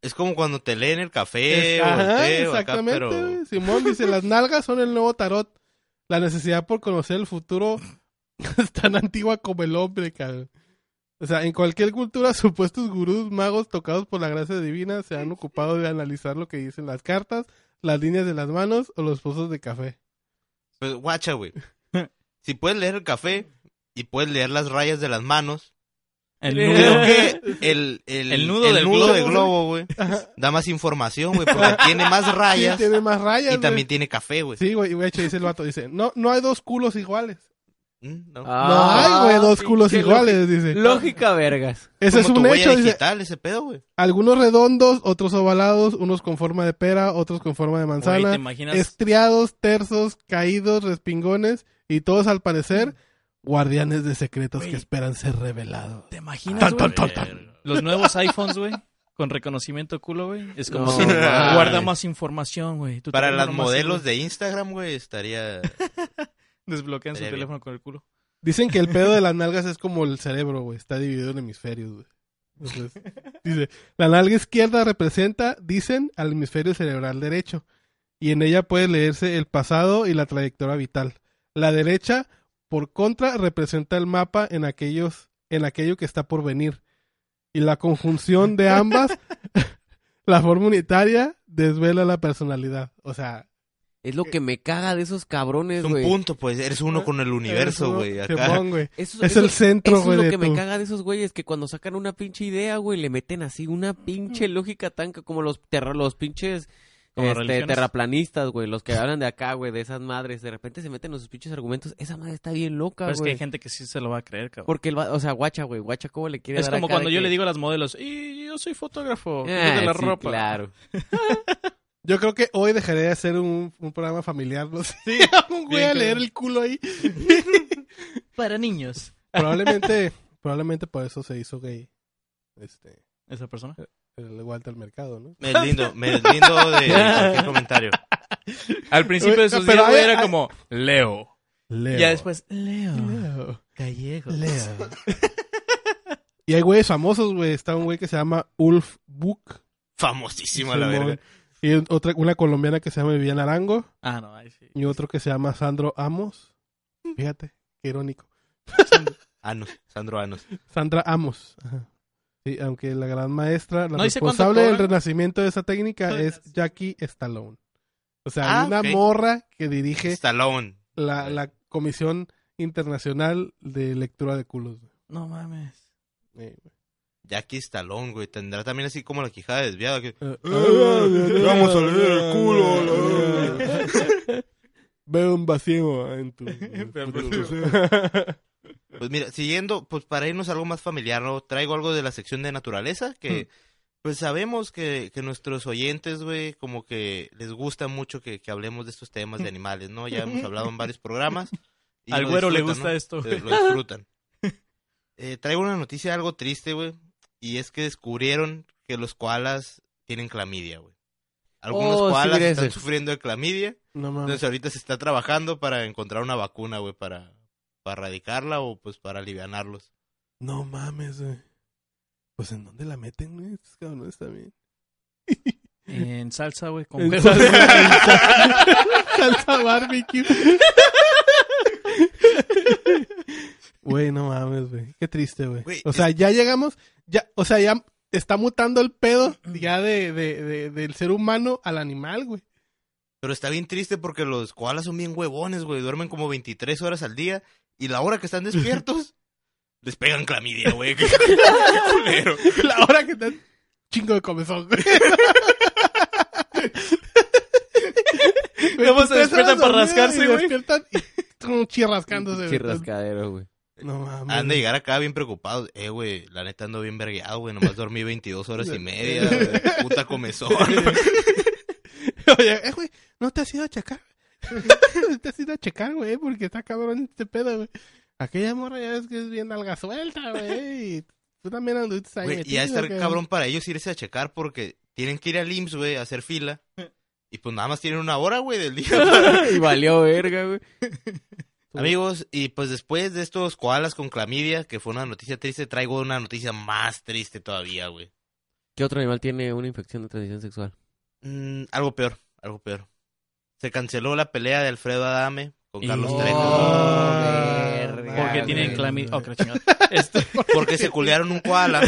Speaker 3: Es como cuando te leen el café o el
Speaker 1: Ajá,
Speaker 3: té o Eh, acá,
Speaker 1: exactamente.
Speaker 3: pero...
Speaker 1: güey. Simón dice, las nalgas son el nuevo tarot. La necesidad por conocer el futuro es tan antigua como el hombre, cabrón. O sea, en cualquier cultura, supuestos gurús magos tocados por la gracia divina se han ocupado de analizar lo que dicen las cartas, las líneas de las manos o los pozos de café.
Speaker 3: Pues guacha, güey. Si puedes leer el café y puedes leer las rayas de las manos,
Speaker 4: El
Speaker 2: Eh.
Speaker 3: creo
Speaker 4: nudo.
Speaker 3: que el, el,
Speaker 4: El nudo del globo,
Speaker 3: del globo, güey, da más información, güey, porque tiene más
Speaker 1: Sí,
Speaker 3: rayas
Speaker 1: tiene más rayas.
Speaker 3: y también pues. tiene café, güey.
Speaker 1: güey. Sí, güey, y güey, dice el vato, dice, no, no hay dos culos iguales.
Speaker 3: Mm, ¿No?
Speaker 4: Ah,
Speaker 1: no hay, güey, dos culos
Speaker 2: Ah, pinche
Speaker 1: iguales,
Speaker 2: lógica-
Speaker 1: dice.
Speaker 2: Lógica, vergas.
Speaker 1: Ese es
Speaker 3: Como
Speaker 1: un
Speaker 3: tu
Speaker 1: hecho,
Speaker 3: huella
Speaker 1: dice.
Speaker 3: digital, ese pedo, güey.
Speaker 1: Algunos redondos, otros ovalados, unos con forma de pera, otros con forma de
Speaker 4: Güey, ¿te
Speaker 1: manzana,
Speaker 4: imaginas?
Speaker 1: estriados, tersos, caídos, respingones y todos al parecer guardianes de secretos
Speaker 4: Mm. Güey.
Speaker 1: que esperan ser revelados.
Speaker 4: ¿Te imaginas,
Speaker 1: Tan,
Speaker 4: güey?
Speaker 1: tan, tan, tan.
Speaker 4: Los nuevos iPhones, güey, con reconocimiento culo, güey. Es como
Speaker 2: No,
Speaker 4: si
Speaker 2: mames.
Speaker 4: guarda más información, güey. Tu
Speaker 3: Para
Speaker 4: teléfono
Speaker 3: las
Speaker 4: más
Speaker 3: modelos
Speaker 4: seguro.
Speaker 3: de Instagram, güey, estaría...
Speaker 4: Desbloquean su
Speaker 3: Estaría bien.
Speaker 4: teléfono con el culo.
Speaker 1: Dicen que el pedo de las nalgas es como el cerebro, güey. Está dividido en hemisferios, güey. Entonces, dice, la nalga izquierda representa, dicen, al hemisferio cerebral derecho. Y en ella puede leerse el pasado y la trayectoria vital. La derecha, por contra, representa el mapa en aquellos, en aquello que está por venir. Y la conjunción de ambas, la forma unitaria, desvela la personalidad. O sea,
Speaker 2: Es lo que me caga de esos cabrones,
Speaker 3: Es un
Speaker 2: güey.
Speaker 3: punto, pues, eres
Speaker 1: Ah,
Speaker 3: uno con el universo,
Speaker 1: eso,
Speaker 3: güey, acá.
Speaker 1: Simón, güey.
Speaker 2: Eso-
Speaker 1: Es
Speaker 2: eso-
Speaker 1: el centro,
Speaker 2: eso
Speaker 1: güey.
Speaker 2: es lo
Speaker 1: de
Speaker 2: que me
Speaker 1: tu-
Speaker 2: caga de esos güeyes, que cuando sacan una pinche idea, güey, le meten así una pinche lógica tan que como los, terra- los pinches
Speaker 4: Como
Speaker 2: este,
Speaker 4: religiones.
Speaker 2: terraplanistas, güey, los que hablan de acá, güey, de esas madres. De repente se meten en sus pinches argumentos. Esa madre está bien loca,
Speaker 4: Pero es que hay
Speaker 2: güey.
Speaker 4: gente que sí se lo va a creer, cabrón.
Speaker 2: Porque, el va- o sea, guacha, güey, guacha, ¿cómo le quiere
Speaker 4: Es
Speaker 2: dar
Speaker 4: como
Speaker 2: acá
Speaker 4: cuando
Speaker 2: de
Speaker 4: yo
Speaker 2: que-
Speaker 4: le digo a las modelos, y yo soy fotógrafo, yo
Speaker 2: Ah,
Speaker 4: de la
Speaker 2: sí,
Speaker 4: ropa.
Speaker 2: claro.
Speaker 1: Yo creo que hoy dejaré de hacer un, un programa familiar, no sé. un güey
Speaker 4: bien
Speaker 1: a
Speaker 4: claro.
Speaker 1: leer el culo ahí.
Speaker 4: Para niños.
Speaker 1: Probablemente, probablemente por eso se hizo gay. Este,
Speaker 4: Esa persona.
Speaker 1: el Walter Mercado, ¿no?
Speaker 3: Me lindo, me lindo de cualquier comentario.
Speaker 4: Al principio
Speaker 1: Güey,
Speaker 4: de sus
Speaker 1: pero
Speaker 4: días,
Speaker 1: hay-
Speaker 4: güey, era
Speaker 1: hay-
Speaker 4: como Leo.
Speaker 1: Leo.
Speaker 4: Ya después, Leo.
Speaker 1: Leo.
Speaker 4: Gallego.
Speaker 1: Leo. y hay güeyes famosos, güey. Está un güey que se llama Ulf Buch.
Speaker 3: Famosísima la
Speaker 1: Simón.
Speaker 3: verga.
Speaker 1: Y otra, una colombiana que se llama Viviana Arango.
Speaker 4: Ah, no, ahí sí.
Speaker 1: Y otro que se llama Sandro Amos.
Speaker 4: Mm.
Speaker 1: Fíjate, qué irónico.
Speaker 3: Anos, Sandro Anos.
Speaker 1: Sandra Amos. Ajá. Sí, aunque la gran maestra, la
Speaker 4: No dice cuánto
Speaker 1: responsable del
Speaker 4: cobran.
Speaker 1: renacimiento de esa técnica
Speaker 4: Joder,
Speaker 1: es Jackie Stallone. O sea,
Speaker 3: Ah,
Speaker 1: hay una
Speaker 3: ok.
Speaker 1: morra que dirige
Speaker 3: Stallone.
Speaker 1: la, la Comisión Internacional de Lectura de Culos. güey.
Speaker 4: No mames.
Speaker 1: Eh, güey.
Speaker 3: Jackie Stallone, güey. Tendrá también así como la quijada desviada. Que...
Speaker 1: Vamos
Speaker 3: eh, a leer el
Speaker 1: eh,
Speaker 3: culo,
Speaker 1: Veo un vacío en tu... en tu futuro.
Speaker 3: Pues mira, siguiendo, pues para irnos a algo más familiar, ¿no? Traigo algo de la sección de naturaleza
Speaker 4: Hmm.
Speaker 3: que... Pues sabemos que, que nuestros oyentes, güey, como que les gusta mucho que, que hablemos de estos temas de animales, ¿no? Ya hemos hablado en varios programas. y
Speaker 4: Hmm. Al
Speaker 3: lo
Speaker 4: güero le
Speaker 3: disfrutan,
Speaker 4: gusta
Speaker 3: ¿no?
Speaker 4: esto,
Speaker 3: Eh,
Speaker 4: güey.
Speaker 3: Lo disfrutan. Eh, traigo una noticia algo triste, güey. Y es que descubrieron que los koalas tienen clamidia, güey. Algunos
Speaker 2: Oh, sí,
Speaker 3: koalas
Speaker 2: mira
Speaker 3: están
Speaker 2: ese.
Speaker 3: sufriendo de clamidia.
Speaker 1: No mames.
Speaker 3: Entonces ahorita se está trabajando para encontrar una vacuna, güey, para, para erradicarla o pues para alivianarlos.
Speaker 1: No mames, güey. Pues ¿en dónde la meten, güey? Estos cabrones también.
Speaker 4: En salsa, güey. Con
Speaker 1: En
Speaker 4: huevo.
Speaker 1: salsa, en salsa barbecue. Güey, no mames, güey. Qué triste, güey.
Speaker 3: Güey,
Speaker 1: O sea, ya llegamos, ya, o sea, ya está mutando el pedo ya de, de, de- del ser humano al animal, güey.
Speaker 3: Pero está bien triste porque los koalas son bien huevones, güey. Duermen como 23 horas al día y la hora que están despiertos les pegan clamidia, güey. Qué culero.
Speaker 1: La hora que están chingo de comezón, güey.
Speaker 4: Luego se
Speaker 1: Veintitrés horas
Speaker 4: despiertan para
Speaker 1: dormidas
Speaker 4: rascarse,
Speaker 1: y
Speaker 4: güey.
Speaker 1: despiertan y un chirrascándose.
Speaker 2: Pinche rascadero, güey.
Speaker 1: No
Speaker 4: Ah,
Speaker 3: Han de
Speaker 1: mames.
Speaker 3: llegar acá bien preocupados. Eh, güey, la neta ando bien vergueado, güey. Nomás dormí 22 horas y media, güey. Puta comezón.
Speaker 1: Oye, eh, güey, no te has ido a checar. no te has ido a checar, güey, porque está cabrón este pedo, güey. Aquella morra ya ves que es bien alga suelta, güey. y Tú también anduviste ahí.
Speaker 3: Güey, y
Speaker 1: metido,
Speaker 3: a estar
Speaker 1: güey.
Speaker 3: cabrón para ellos irse a checar porque tienen que ir al IMSS, güey, a hacer fila. Y pues nada más tienen una hora, güey, del día.
Speaker 2: Y valió verga, güey.
Speaker 3: Amigos, y pues después de estos koalas con clamidia, que fue una noticia triste, traigo una noticia más triste todavía, güey.
Speaker 2: ¿Qué otro animal tiene una infección de transmisión sexual?
Speaker 3: Mm, algo peor, algo peor. Se canceló la pelea de Alfredo Adame con
Speaker 4: Y-
Speaker 3: Carlos
Speaker 4: Oh,
Speaker 3: Trejo
Speaker 2: verga,
Speaker 4: Porque
Speaker 2: Ah,
Speaker 4: tienen
Speaker 2: güey.
Speaker 4: clamidia. Oh, que la chingada.
Speaker 3: porque se culearon un koala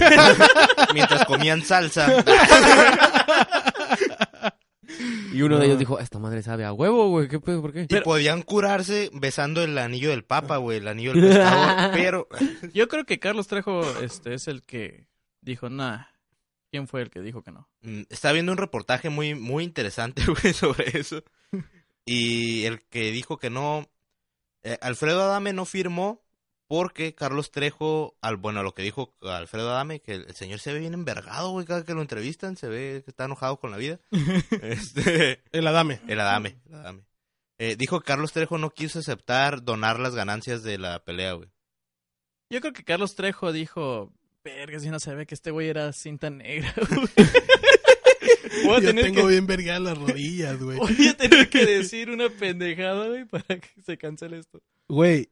Speaker 3: mientras comían salsa.
Speaker 2: Y uno
Speaker 4: Ah.
Speaker 2: de ellos dijo, esta madre sabe a huevo, güey. ¿Qué pedo? ¿Por qué?
Speaker 3: Y podían curarse besando el anillo del papa, güey, el anillo del pescador. pero
Speaker 4: Yo creo que Carlos Trejo este, es el que dijo, nah. ¿Quién fue el que dijo que no?
Speaker 3: Mm, Estaba viendo un reportaje muy, muy interesante, güey, sobre eso. Y el que dijo que no. eh, Alfredo Adame no firmó porque Carlos Trejo, al, bueno, lo que dijo Alfredo Adame, que el, el señor se ve bien envergado, güey, cada que lo entrevistan, se ve que está enojado con la vida. Este,
Speaker 1: El Adame.
Speaker 3: el Adame, el Adame. Eh, dijo que Carlos Trejo no quiso aceptar donar las ganancias de la pelea, güey.
Speaker 4: Yo creo que Carlos Trejo dijo, verga, si no se ve que este güey era cinta negra. güey". Voy a
Speaker 1: Yo
Speaker 4: tener
Speaker 1: tengo
Speaker 4: que-
Speaker 1: bien vergadas las rodillas, güey.
Speaker 4: Voy a tener que decir una pendejada, güey, para que se cancele esto.
Speaker 1: Güey,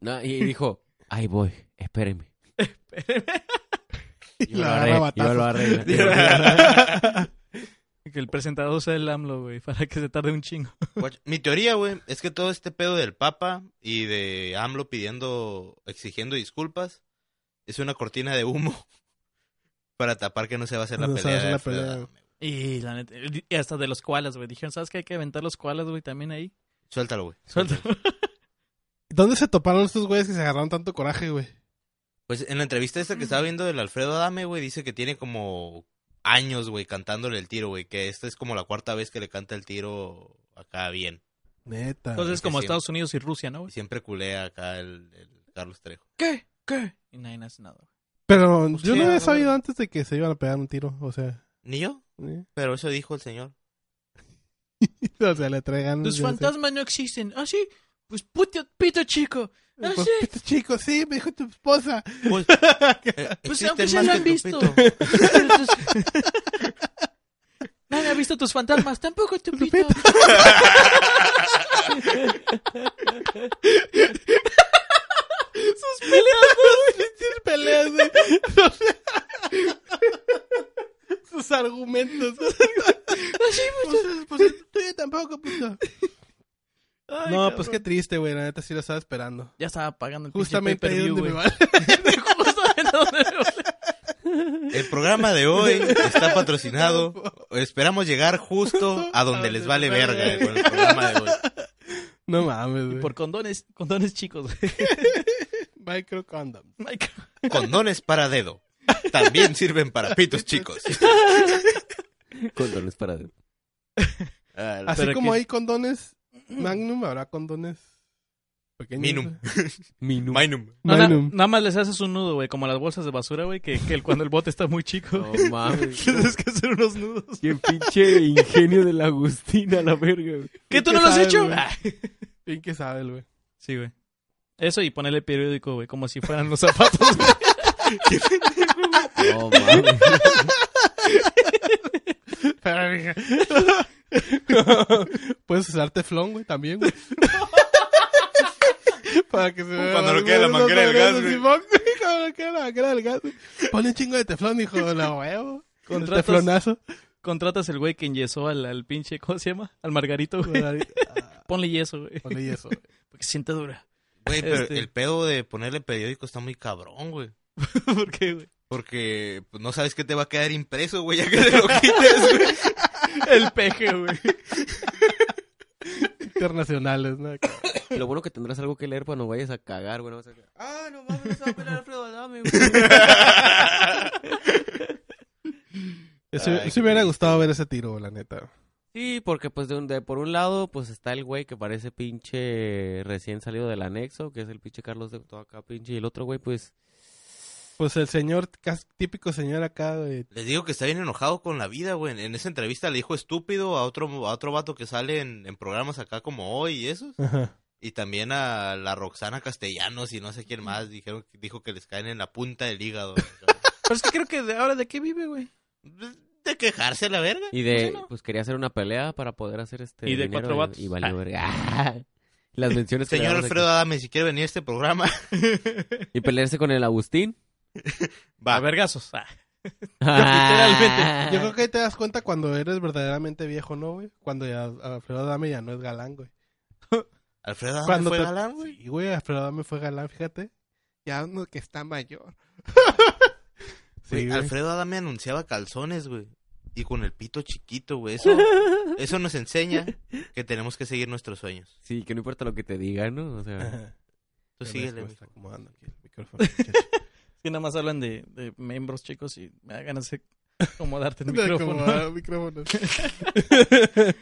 Speaker 2: No, y dijo, ahí voy, espérenme.
Speaker 1: y
Speaker 2: Yo lo
Speaker 1: la agarra
Speaker 2: arreglo. Yo lo
Speaker 1: batazo.
Speaker 2: arreglo.
Speaker 4: Que el presentador sea el AMLO, güey, para que se tarde un chingo.
Speaker 3: Guacha, Mi teoría, güey, es que todo este pedo del Papa y de AMLO pidiendo, exigiendo disculpas, es una cortina de humo para tapar que no se va a hacer la
Speaker 1: No se va a
Speaker 3: pelea.
Speaker 1: hacer
Speaker 3: de
Speaker 1: la
Speaker 3: Alfredo
Speaker 1: pelea.
Speaker 3: Adame.
Speaker 4: Y la neta, y hasta de los koalas, güey. Dijeron, ¿sabes que hay que aventar los koalas, güey, también ahí?
Speaker 3: Suéltalo, güey.
Speaker 4: Suelta.
Speaker 1: ¿Dónde se toparon estos güeyes que se agarraron tanto coraje, güey?
Speaker 3: Pues en la entrevista esta que estaba viendo del Alfredo Adame, güey, dice que tiene como años, güey, cantándole el tiro, güey, que esta es como la cuarta vez que le canta el tiro acá bien.
Speaker 1: Neta.
Speaker 4: Entonces,
Speaker 3: que
Speaker 4: como
Speaker 3: sí.
Speaker 4: Estados Unidos y Rusia, ¿no,
Speaker 3: Y
Speaker 4: güey?
Speaker 3: siempre culea acá el, el Carlos Trejo.
Speaker 4: ¿Qué? ¿Qué? Y nadie hace nada, güey.
Speaker 1: Pero yo
Speaker 4: sí,
Speaker 1: no
Speaker 4: a
Speaker 1: había sabido
Speaker 4: ver.
Speaker 1: antes de que se iban a pegar un tiro, o sea.
Speaker 3: Ni yo,
Speaker 1: ¿eh?
Speaker 3: pero eso dijo el señor.
Speaker 1: O sea, le traigan.
Speaker 4: Tus
Speaker 1: yo no sé.
Speaker 4: fantasmas no existen. Ah, sí. Pues puto, pito chico. Ah,
Speaker 1: Pues,
Speaker 4: sí.
Speaker 1: pito chico, sí, me dijo tu esposa.
Speaker 3: Pues,
Speaker 4: Pues
Speaker 3: existen
Speaker 4: aunque
Speaker 3: más
Speaker 4: se lo
Speaker 3: que
Speaker 4: han
Speaker 3: tu
Speaker 4: visto.
Speaker 3: pito.
Speaker 4: Pero tus- Nadie ha visto tus fantasmas, tampoco tu pito. Sus peleas,
Speaker 1: Sus peleas, güey. Sus argumentos.
Speaker 4: Ah,
Speaker 1: pues, pues, tú yo tampoco, puto.
Speaker 4: ¿no? Ay,
Speaker 1: No,
Speaker 4: cabrón.
Speaker 1: pues qué triste, güey. La neta sí lo estaba esperando.
Speaker 4: Ya estaba pagando el
Speaker 1: Justamente ahí donde me va.
Speaker 4: Justamente donde me vale.
Speaker 3: El programa de hoy está patrocinado. Esperamos llegar justo a donde les vale verga con el programa de hoy.
Speaker 1: No mames,
Speaker 4: Y
Speaker 1: güey.
Speaker 4: por condones, condones chicos. güey.
Speaker 1: micro condom.
Speaker 4: Ay, cabrón.
Speaker 3: Condones para dedo. También sirven para pitos, chicos.
Speaker 2: Condones para...
Speaker 3: Ah, la-
Speaker 1: Así
Speaker 4: Pero
Speaker 1: como
Speaker 4: que-
Speaker 1: hay condones Magnum, habrá condones pequeños.
Speaker 3: Minum.
Speaker 2: Minu.
Speaker 3: Mainum.
Speaker 4: No, na-
Speaker 1: Magnum.
Speaker 4: nada más les haces un nudo, güey, como las bolsas de basura, güey, que, que el- cuando el bote está muy chico.
Speaker 2: No mames.
Speaker 4: Tienes que hacer unos nudos.
Speaker 2: Qué pinche ingenio del Agustín a la verga, güey.
Speaker 4: ¿Qué tú no
Speaker 1: ¿Qué
Speaker 4: lo has
Speaker 1: sabes,
Speaker 4: hecho?
Speaker 1: güey?
Speaker 4: Ah,
Speaker 1: Bien que sabe el güey.
Speaker 4: Sí, güey. Eso y ponerle periódico, güey, como si fueran los zapatos. güey.
Speaker 2: No mames.
Speaker 1: Puedes usar teflón, güey, también, güey. Para que se vea.
Speaker 3: Cuando
Speaker 1: más
Speaker 3: no queda la
Speaker 1: menos
Speaker 3: manguera del
Speaker 1: acá,
Speaker 3: gas,
Speaker 1: sí,
Speaker 3: güey.
Speaker 1: Simón, Cuando no queda la manguera del gas. güey. Ponle un chingo de teflón, hijo de la huevo. Con el
Speaker 4: Contratas-
Speaker 1: teflonazo.
Speaker 4: Contratas el güey que enyesó al, al pinche, ¿cómo se llama? Al margarito, güey.
Speaker 1: Ah,
Speaker 4: Ponle yeso, güey.
Speaker 1: Ponle y eso.
Speaker 4: Porque se siente dura.
Speaker 3: Güey, pero
Speaker 4: Este.
Speaker 3: el pedo de ponerle periódico está muy cabrón, güey.
Speaker 4: ¿Por qué, güey?
Speaker 3: Porque pues, no sabes qué te va a quedar impreso, güey, ya que te lo quites, güey.
Speaker 4: El peje, güey.
Speaker 1: internacionales, ¿no?
Speaker 2: Lo bueno que tendrás algo que leer cuando vayas a cagar, güey. no vas a- Ah, no mames, no se va a pelear Alfredo, dame,
Speaker 1: Eso,
Speaker 3: Ay,
Speaker 1: eso me
Speaker 3: qué
Speaker 1: hubiera
Speaker 3: triste.
Speaker 1: gustado ver ese tiro, la neta.
Speaker 2: Sí, porque pues de un, de- por un lado, pues está el güey que parece pinche recién salido del anexo, que es el pinche Carlos de todo acá, pinche, y el otro güey, pues...
Speaker 1: Pues el señor, cas- típico señor acá de...
Speaker 3: Les digo que está bien enojado con la vida, güey. En- En esa entrevista le dijo estúpido a otro, a otro vato que sale en, en programas acá como hoy y esos.
Speaker 1: Ajá.
Speaker 3: Y también a la Roxana Castellanos y no sé quién más. Dijeron, dijo que les caen en la punta del hígado.
Speaker 4: Pero es que creo que de ahora de qué vive, güey.
Speaker 3: De quejarse a la verga.
Speaker 2: Y de, pues quería hacer una pelea para poder hacer este
Speaker 4: Y de
Speaker 2: dinero
Speaker 4: cuatro vatos.
Speaker 2: y, y valió verga. Las menciones que le
Speaker 3: Señor
Speaker 2: daban de
Speaker 3: Alfredo
Speaker 2: que-
Speaker 3: Adame, si quiere venir a este programa,
Speaker 2: Y pelearse con el Agustín.
Speaker 3: va.
Speaker 4: A vergazos. Ah,
Speaker 3: Ah.
Speaker 1: Literalmente. Yo creo que ahí te das cuenta cuando eres verdaderamente viejo, ¿no, güey? Cuando ya Alfredo Adame ya no es galán, güey.
Speaker 3: Alfredo Adame
Speaker 1: Cuando
Speaker 3: fue
Speaker 1: te-
Speaker 3: galán, güey.
Speaker 1: Sí, güey, Alfredo Adame fue galán, fíjate. Ya uno que está mayor.
Speaker 3: Güey,
Speaker 1: sí, güey.
Speaker 3: Alfredo Adame anunciaba calzones, güey. Y con el pito chiquito, güey. Eso, eso nos enseña que tenemos que seguir nuestros sueños.
Speaker 2: Sí, que no importa lo que te digan, ¿no? O sea,
Speaker 1: Ajá.
Speaker 3: Tú
Speaker 1: Pero
Speaker 3: síguele,
Speaker 1: después
Speaker 3: mijo.
Speaker 1: está acomodando aquí el micrófono, muchacho.
Speaker 4: que nada más hablan de, de miembros chicos y me da ganas de acomodarte el
Speaker 1: De acomodar
Speaker 4: micrófono.
Speaker 1: el micrófono.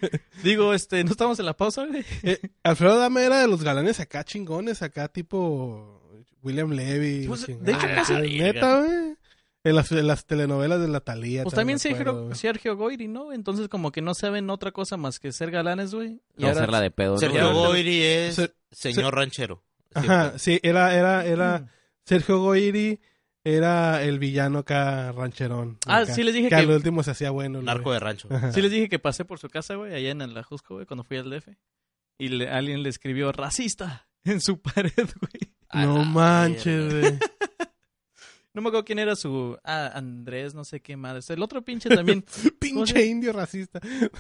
Speaker 4: Digo, este, no estamos en la pausa, güey.
Speaker 1: Eh, Alfredo Adame era de los galanes acá chingones, acá tipo William Levy.
Speaker 4: Pues, de
Speaker 1: chingada.
Speaker 4: hecho,
Speaker 1: Ah,
Speaker 4: pasa-
Speaker 1: neta, güey. En las, en las telenovelas de la Talía.
Speaker 4: Pues también
Speaker 1: acuerdo,
Speaker 4: Sergio,
Speaker 1: güey.
Speaker 4: Sergio Goyri, ¿no? Entonces como que no saben otra cosa más que ser galanes, güey. Y
Speaker 2: no
Speaker 4: ahora-
Speaker 2: hacerla de pedo, ¿no?
Speaker 3: Sergio
Speaker 4: ahora-
Speaker 3: Goyri es
Speaker 1: Se-
Speaker 3: señor ranchero.
Speaker 1: Ajá, sí, era, era, era
Speaker 4: Mm.
Speaker 1: Sergio Goyri, era el villano acá rancherón.
Speaker 4: Ah,
Speaker 1: Acá,
Speaker 4: sí les dije
Speaker 1: que al
Speaker 4: que-
Speaker 1: último se hacía bueno. el
Speaker 3: Narco
Speaker 1: güey.
Speaker 3: de rancho.
Speaker 1: Ajá.
Speaker 4: Sí les dije que pasé por su casa, güey, allá en el Ajusco, güey, cuando fui al DF. Y le- alguien le escribió racista en su pared, güey.
Speaker 1: No manches, güey.
Speaker 4: No me acuerdo quién era su... Ah, Andrés, no sé qué madre. El otro pinche también.
Speaker 1: Pinche indio racista.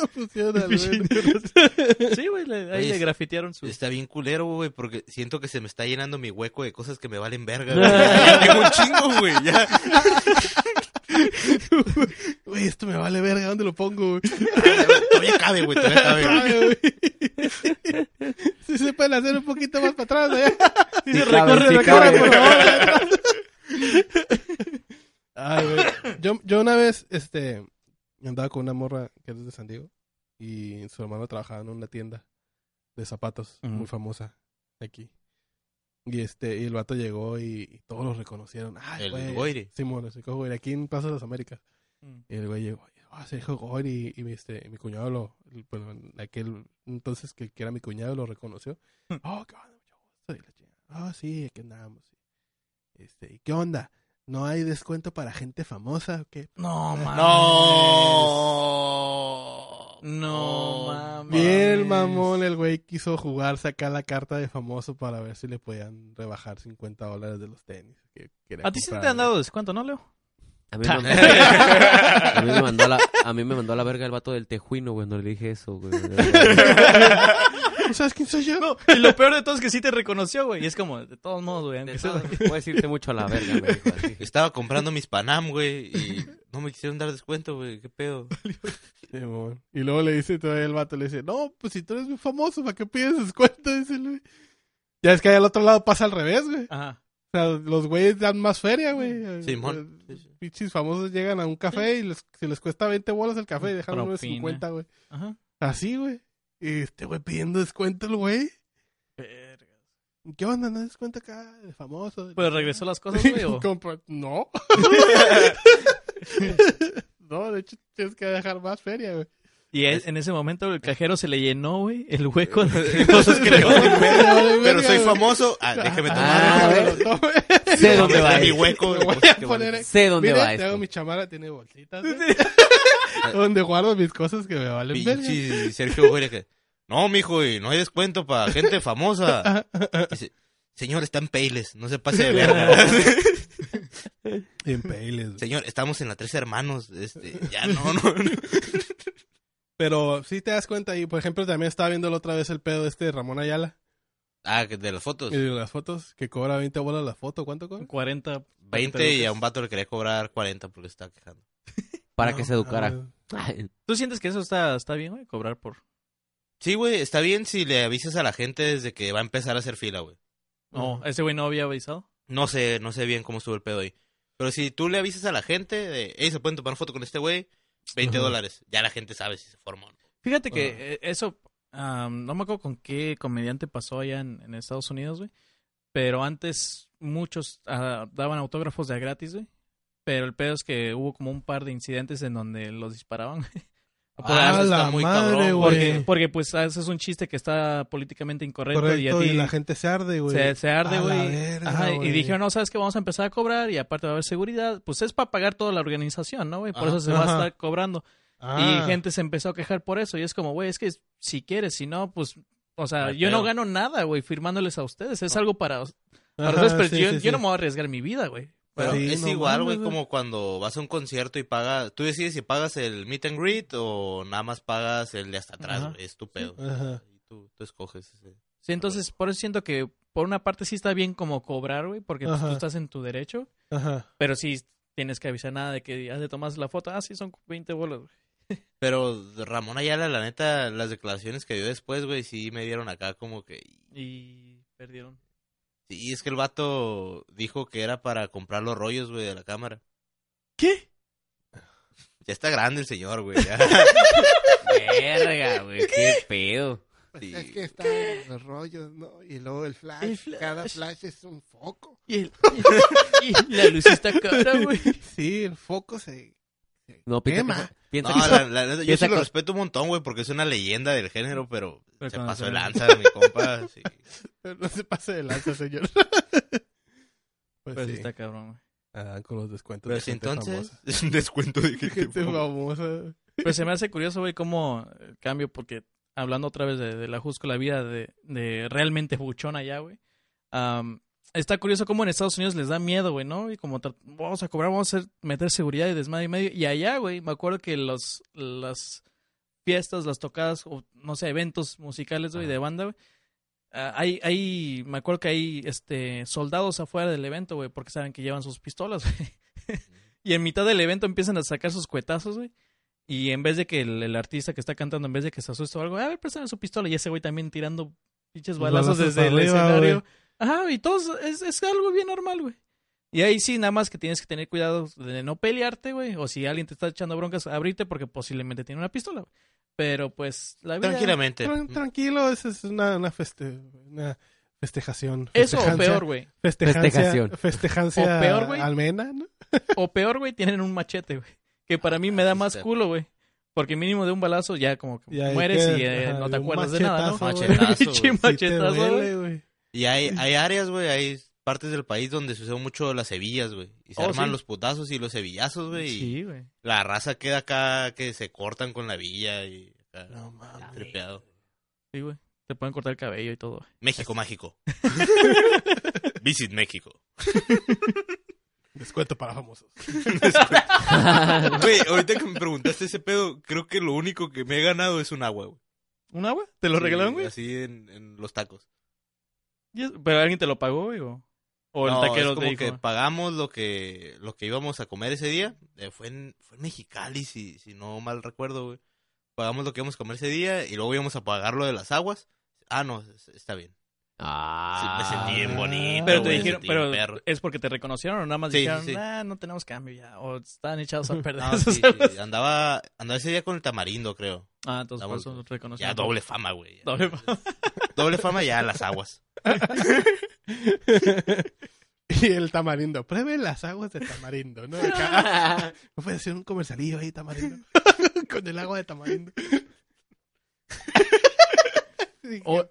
Speaker 1: No funciona, güey.
Speaker 4: Pinche indio sí, güey, le- ahí
Speaker 3: Oye,
Speaker 4: le
Speaker 3: es-
Speaker 4: grafitearon su...
Speaker 3: Está bien culero, güey, porque siento que se me está llenando mi hueco de cosas que me valen verga. güey. Ya tengo un chingo, güey. Ya.
Speaker 1: Güey, esto me vale verga, ¿dónde lo pongo, güey?
Speaker 3: Todavía cabe, güey. Todavía cabe.
Speaker 1: Ay, güey. Si se pueden hacer un poquito más para atrás, allá.
Speaker 2: Sí,
Speaker 1: se
Speaker 2: cabe,
Speaker 1: recorre,
Speaker 2: sí
Speaker 1: recorre,
Speaker 2: cabe.
Speaker 1: por favor. Ay, güey. Yo, yo una vez, este, andaba con una morra que es de San Diego y su hermano trabajaba en una tienda de zapatos
Speaker 4: Ujú.
Speaker 1: muy famosa de aquí. Y este, y el vato llegó y, y todos lo reconocieron. Ay,
Speaker 3: El
Speaker 1: güey.
Speaker 3: Goyri.
Speaker 1: Simón, el Sergio Goyri, aquí en Plaza de las Américas.
Speaker 4: Mm.
Speaker 1: Y el güey llegó, ah, Sergio Goyri, y, mi, este, mi cuñado lo, el- bueno, aquel entonces que, que era mi cuñado lo reconoció. oh, qué onda, mucho gusto, y la chingada. Ah, sí, aquí andamos. Este, ¿y qué onda? ¿No hay descuento para gente famosa o qué?
Speaker 4: No, mames.
Speaker 3: No.
Speaker 4: No, mames.
Speaker 1: Bien, mamón, el güey quiso jugar, sacar la carta de famoso para ver si le podían rebajar 50 dólares de los tenis. que quería
Speaker 4: A ti sí te
Speaker 1: comprar,
Speaker 4: han dado descuento, ¿no, Leo?
Speaker 2: A mí, me mandó, a mí me mandó a la, a mí me mandó a la verga el vato del tejuino, güey, no le dije eso, güey. de verdad.
Speaker 1: güey. ¿Tú sabes quién soy yo?
Speaker 4: No, y lo peor de todo es que sí te reconoció, güey. Y es como, de todos modos, güey, aunque
Speaker 2: De
Speaker 4: sea-
Speaker 2: todo, Puedo decirte mucho a la verga, me dijo así.
Speaker 3: Estaba comprando mis Panam, güey, y no me quisieron dar descuento, güey. ¿Qué pedo?
Speaker 1: Simón. Y luego le dice todavía el vato, le dice, no, pues si tú eres muy famoso, ¿para qué pides descuento? Dice el güey. Ya es que ahí al otro lado pasa al revés, güey.
Speaker 4: Ajá.
Speaker 1: O sea, los güeyes dan más feria, güey.
Speaker 3: Simón.
Speaker 1: Eh, Pinches famosos llegan a un café y les, si les cuesta 20 bolas el café, dejan unos
Speaker 4: Propina.
Speaker 1: 50, güey.
Speaker 4: Ajá.
Speaker 1: Así, güey. Y este güey pidiendo descuento, el güey. ¿Qué onda? ¿No descuento acá? de famoso.
Speaker 4: Pues regresó las cosas, güey. o-
Speaker 1: Compro- No. no, de hecho tienes que dejar más feria, güey.
Speaker 4: Y él- en ese momento el cajero se le llenó, güey, el hueco de cosas que le valen verga.
Speaker 3: Pero soy famoso. Ah, déjeme tomar.
Speaker 2: Ah, a ver. Sé
Speaker 3: ¿Dónde
Speaker 2: dónde
Speaker 3: está
Speaker 2: va.
Speaker 3: mi
Speaker 2: esto.
Speaker 3: hueco?
Speaker 1: Lo voy a poner aquí.
Speaker 2: Sé dónde
Speaker 1: Mira,
Speaker 2: va
Speaker 1: te hago
Speaker 2: esto.
Speaker 1: mi chamarra, tiene bolsitas. güey. donde guardo mis cosas que me valen verga.
Speaker 3: Pinche Sergio Goyri que, No, mijo, y no hay descuento para gente famosa. Dice, Señor, están peiles, no se pase de verga.
Speaker 1: En Payless, güey.
Speaker 3: Señor, estamos en la Tres Hermanos. Este, ya no, no. no.
Speaker 1: Pero si te das cuenta, y por ejemplo, también estaba viendo la otra vez el pedo este de Ramón Ayala.
Speaker 3: Ah, que de las fotos.
Speaker 1: Y de las fotos, que cobra 20 bolas la foto. ¿Cuánto cobra?
Speaker 4: 40.
Speaker 3: 20 y a un vato le quería cobrar 40 porque estaba quejando.
Speaker 2: Para
Speaker 1: No,
Speaker 2: que se educara.
Speaker 1: mames.
Speaker 2: Ay,
Speaker 4: ¿Tú sientes que eso está, está bien, güey? Cobrar por.
Speaker 3: Sí, güey, está bien si le avisas a la gente desde que va a empezar a hacer fila, güey.
Speaker 4: No, ese güey no había avisado.
Speaker 3: No sé, no sé bien cómo estuvo el pedo ahí. Pero si tú le avisas a la gente de, hey, se pueden tomar foto con este güey, 20
Speaker 2: Ajá.
Speaker 3: dólares. Ya la gente sabe si se formó o no.
Speaker 4: Fíjate que eh, eso, am, no me acuerdo con qué comediante pasó allá en, en Estados Unidos, güey. Pero antes muchos ah, daban autógrafos de a gratis, güey. Pero el pedo es que hubo como un par de incidentes en donde los disparaban. güey. Por-
Speaker 3: Ah,
Speaker 1: A
Speaker 3: eso está
Speaker 1: la
Speaker 3: muy
Speaker 1: madre,
Speaker 3: cabrón,
Speaker 1: güey.
Speaker 4: porque, porque pues haces un chiste que está políticamente incorrecto y a
Speaker 1: Correcto,
Speaker 4: ti
Speaker 1: y la gente se arde, güey.
Speaker 4: se, se
Speaker 1: A
Speaker 4: arde,
Speaker 1: la
Speaker 4: güey.
Speaker 1: verga,
Speaker 4: Ajá, Y
Speaker 1: güey.
Speaker 4: dijeron, no, sabes que vamos a empezar a cobrar y aparte va a haber seguridad. Pues es para pagar toda la organización, ¿no, güey? Por
Speaker 3: Ajá.
Speaker 4: eso se va a
Speaker 1: Ajá.
Speaker 4: estar cobrando.
Speaker 1: Ah,
Speaker 4: Y gente se empezó a quejar por eso. Y es como, güey, es que si quieres, si no, pues, o sea,
Speaker 3: Al
Speaker 4: yo no
Speaker 3: pedo.
Speaker 4: gano nada, güey, firmándoles a ustedes. Es algo para, para
Speaker 1: ajá,
Speaker 4: ustedes, pero
Speaker 1: sí,
Speaker 4: yo,
Speaker 1: sí,
Speaker 4: yo
Speaker 1: sí.
Speaker 4: no me voy a arriesgar mi vida, güey.
Speaker 3: Pero
Speaker 1: Sí,
Speaker 3: es
Speaker 1: no
Speaker 3: igual, güey,
Speaker 1: mames, güey.
Speaker 3: como cuando vas a un concierto y pagas. Tú decides si pagas el meet and greet o nada más pagas el de hasta atrás,
Speaker 4: Ajá.
Speaker 3: güey. Es tu pedo.
Speaker 1: Ajá.
Speaker 3: Y tú, tú escoges. ese.
Speaker 4: Sí, entonces, por eso siento que, por una parte, sí está bien como cobrar, güey, porque pues, tú
Speaker 1: Ajá.
Speaker 4: estás en tu derecho,
Speaker 1: Ajá.
Speaker 4: pero sí tienes que avisar nada de que ya te tomas la foto. Ah, sí, son 20 bolas, güey.
Speaker 3: Pero Ramón Ayala, la neta, las declaraciones que dio después, güey, sí me dieron acá como que.
Speaker 4: Y perdieron.
Speaker 3: Sí, es que el vato dijo que era para comprar los rollos, güey, de la cámara.
Speaker 4: ¿Qué?
Speaker 3: Ya está grande el señor, güey. ya.
Speaker 2: Verga, güey, qué pedo.
Speaker 5: Pues
Speaker 3: Sí.
Speaker 5: Es que están los rollos, ¿no? Y luego el flash,
Speaker 4: El flash.
Speaker 5: Cada flash es un foco.
Speaker 4: Y, el- y la luz está cara, güey.
Speaker 1: Sí, el foco se...
Speaker 2: No, piensa
Speaker 1: Quema.
Speaker 2: que- piensa
Speaker 3: No,
Speaker 2: que-
Speaker 3: la, la neta, yo
Speaker 2: Piensa
Speaker 3: sí lo
Speaker 2: que-
Speaker 3: respeto un montón, güey, porque es una leyenda del género, pero,
Speaker 4: Pero
Speaker 3: se
Speaker 4: con
Speaker 3: pasó de
Speaker 4: eso no.
Speaker 3: lanza, mi compa. Sí.
Speaker 1: No se pase de lanza, señor. pues
Speaker 4: Pero sí
Speaker 1: sí.
Speaker 4: está cabrón, güey.
Speaker 1: Ah, con los descuentos.
Speaker 3: Pero
Speaker 1: de
Speaker 3: si
Speaker 1: gente
Speaker 3: entonces
Speaker 1: famosa.
Speaker 3: es un descuento de gente
Speaker 1: Gente
Speaker 3: famosa.
Speaker 1: famosa.
Speaker 4: Pero se me hace curioso, güey, cómo el cambio, porque hablando otra vez de, de la Jusco, la vida de, de realmente buchona allá, güey. am, está curioso cómo en Estados Unidos les da miedo, güey, ¿no? Y como tra- vamos a cobrar, vamos a hacer- meter seguridad y desmadre y medio. Y allá, güey, me acuerdo que los, las fiestas, las tocadas, o no sé, eventos musicales, güey,
Speaker 2: Ajá.
Speaker 4: de banda, güey. ah, hay, hay, me acuerdo que hay este soldados afuera del evento, güey, porque saben que llevan sus pistolas, güey. y en mitad del evento empiezan a sacar sus cuetazos, güey. Y en vez de que el, el artista que está cantando, en vez de que se asuste o algo, a ver, préstame su pistola. Y ese güey también tirando pinches
Speaker 1: Los
Speaker 4: balazos
Speaker 1: balazos
Speaker 4: desde el
Speaker 1: para arriba,
Speaker 4: escenario.
Speaker 1: güey.
Speaker 4: Ajá, y todo es, es algo bien normal, güey. Y ahí sí, nada más que tienes que tener cuidado de no pelearte, güey. O si alguien te está echando broncas, abrirte porque posiblemente tiene una pistola. güey. Pero pues la vida...
Speaker 3: Tranquilamente.
Speaker 1: Tran- tranquilo, esa es una, una, feste- una festejación.
Speaker 4: Eso o
Speaker 1: Festejancia-
Speaker 4: peor, güey.
Speaker 1: Festejancia,
Speaker 2: Festejación.
Speaker 1: festejancia
Speaker 4: O peor, güey.
Speaker 1: Almena, ¿no?
Speaker 4: O peor, güey, tienen un machete, güey. Que
Speaker 3: Ah,
Speaker 4: para mí me da más culo, güey. Porque mínimo de un balazo ya como que
Speaker 1: Y ahí
Speaker 4: mueres
Speaker 1: queda,
Speaker 4: y eh,
Speaker 1: ajá,
Speaker 4: no te
Speaker 1: de un
Speaker 4: acuerdas de nada, ¿no?
Speaker 1: machetazo,
Speaker 3: güey.
Speaker 4: Pinche
Speaker 3: Sí te
Speaker 1: Sí te
Speaker 4: machetazo, güey.
Speaker 1: duele, güey.
Speaker 3: Y hay, hay áreas, güey, hay partes del país donde se usan mucho las hebillas, güey. Y se
Speaker 4: Oh,
Speaker 3: arman
Speaker 4: sí.
Speaker 3: los putazos y los hebillazos, güey. Y
Speaker 4: Sí, güey.
Speaker 3: la raza queda acá que se cortan con la villa y acá,
Speaker 1: No mames.
Speaker 3: tripeado.
Speaker 4: Sí, güey. Te pueden cortar el cabello y todo.
Speaker 3: México mágico. Visit México.
Speaker 1: Descuento para famosos.
Speaker 3: Güey, ahorita que me preguntaste ese pedo, creo que lo único que me he ganado es un agua, güey.
Speaker 4: ¿Un agua? ¿Te lo
Speaker 3: Sí,
Speaker 4: regalaron, güey?
Speaker 3: Así en, en los tacos.
Speaker 4: Y es- Pero alguien te lo pagó, güey. O, o el
Speaker 3: No,
Speaker 4: taquero
Speaker 3: es
Speaker 4: te
Speaker 3: como que
Speaker 4: dijo.
Speaker 3: pagamos lo que lo que íbamos a comer ese día. Eh, fue, en, fue en Mexicali, si, si no mal recuerdo, güey. Pagamos lo que íbamos a comer ese día y luego íbamos a pagar lo de las aguas. Ah, no, es- está bien. Sí, me
Speaker 2: Ah.
Speaker 3: sentí bien bonito.
Speaker 4: Pero te
Speaker 3: güey,
Speaker 4: dijeron,
Speaker 3: sentí bien
Speaker 4: pero
Speaker 3: perro.
Speaker 4: es porque te reconocieron o nada más
Speaker 3: Sí, sí,
Speaker 4: dijeron,
Speaker 3: sí.
Speaker 4: "Nah, no tenemos cambio ya. O están echados a perder.
Speaker 3: No, sí, sí, andaba, andaba ese día con el tamarindo, creo.
Speaker 4: Ah, entonces por
Speaker 3: Estamos-
Speaker 4: eso reconocieron.
Speaker 3: Ya doble fama, güey.
Speaker 4: Doble fama.
Speaker 3: Doble fama ya las aguas.
Speaker 1: y el tamarindo. Prueben las aguas de tamarindo, ¿no? Acá. No puede ser un comercialillo ahí, tamarindo. Con el agua de tamarindo.
Speaker 4: O-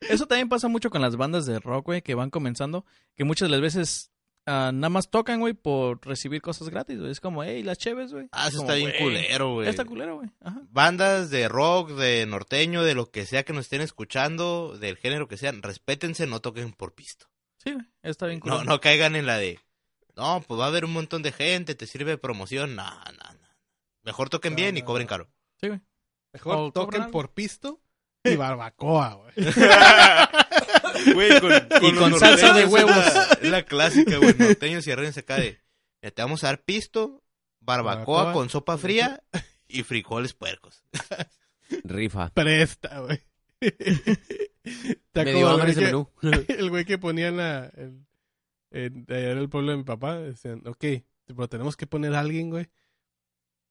Speaker 4: Eso también pasa mucho con las bandas de rock, güey, que van comenzando, que muchas de las veces ah, nada más tocan, güey, por recibir cosas gratis, güey. Es como, hey, las cheves, güey.
Speaker 3: Ah, eso
Speaker 4: Como,
Speaker 3: está bien
Speaker 4: "Güey,
Speaker 3: culero, güey.
Speaker 4: Está culero, güey. Ajá.
Speaker 3: bandas de rock, de norteño, de lo que sea que nos estén escuchando, del género que sean, respétense, no toquen por pisto.
Speaker 4: Sí, güey. Está bien culero.
Speaker 3: No, no caigan en la de, no, pues va a haber un montón de gente, te sirve de promoción, no, no, no. Mejor toquen
Speaker 1: No,
Speaker 3: bien y
Speaker 1: no,
Speaker 3: cobren
Speaker 1: no.
Speaker 3: caro.
Speaker 4: Sí, güey.
Speaker 1: Mejor
Speaker 4: o cobran
Speaker 1: toquen
Speaker 4: algo.
Speaker 1: por pisto y barbacoa, güey.
Speaker 3: Güey, con,
Speaker 4: Y
Speaker 3: los
Speaker 4: con salsa
Speaker 3: norteños
Speaker 4: de
Speaker 3: es
Speaker 4: huevos.
Speaker 3: la- Es la clásica, güey, norteños y arreños acá de, "Mira, te vamos a dar pisto, barbacoa
Speaker 1: Barbacoa.
Speaker 3: con sopa fría y frijoles puercos.
Speaker 2: Ah, Rifa.
Speaker 1: Presta, güey. Está
Speaker 2: Me
Speaker 1: como
Speaker 2: dio
Speaker 1: el
Speaker 2: hambre
Speaker 1: güey
Speaker 2: ese
Speaker 1: que-
Speaker 2: menú.
Speaker 1: el güey que ponía en la. En, en- allá en el pueblo de mi papá, decían, ok, pero tenemos que poner a alguien, güey,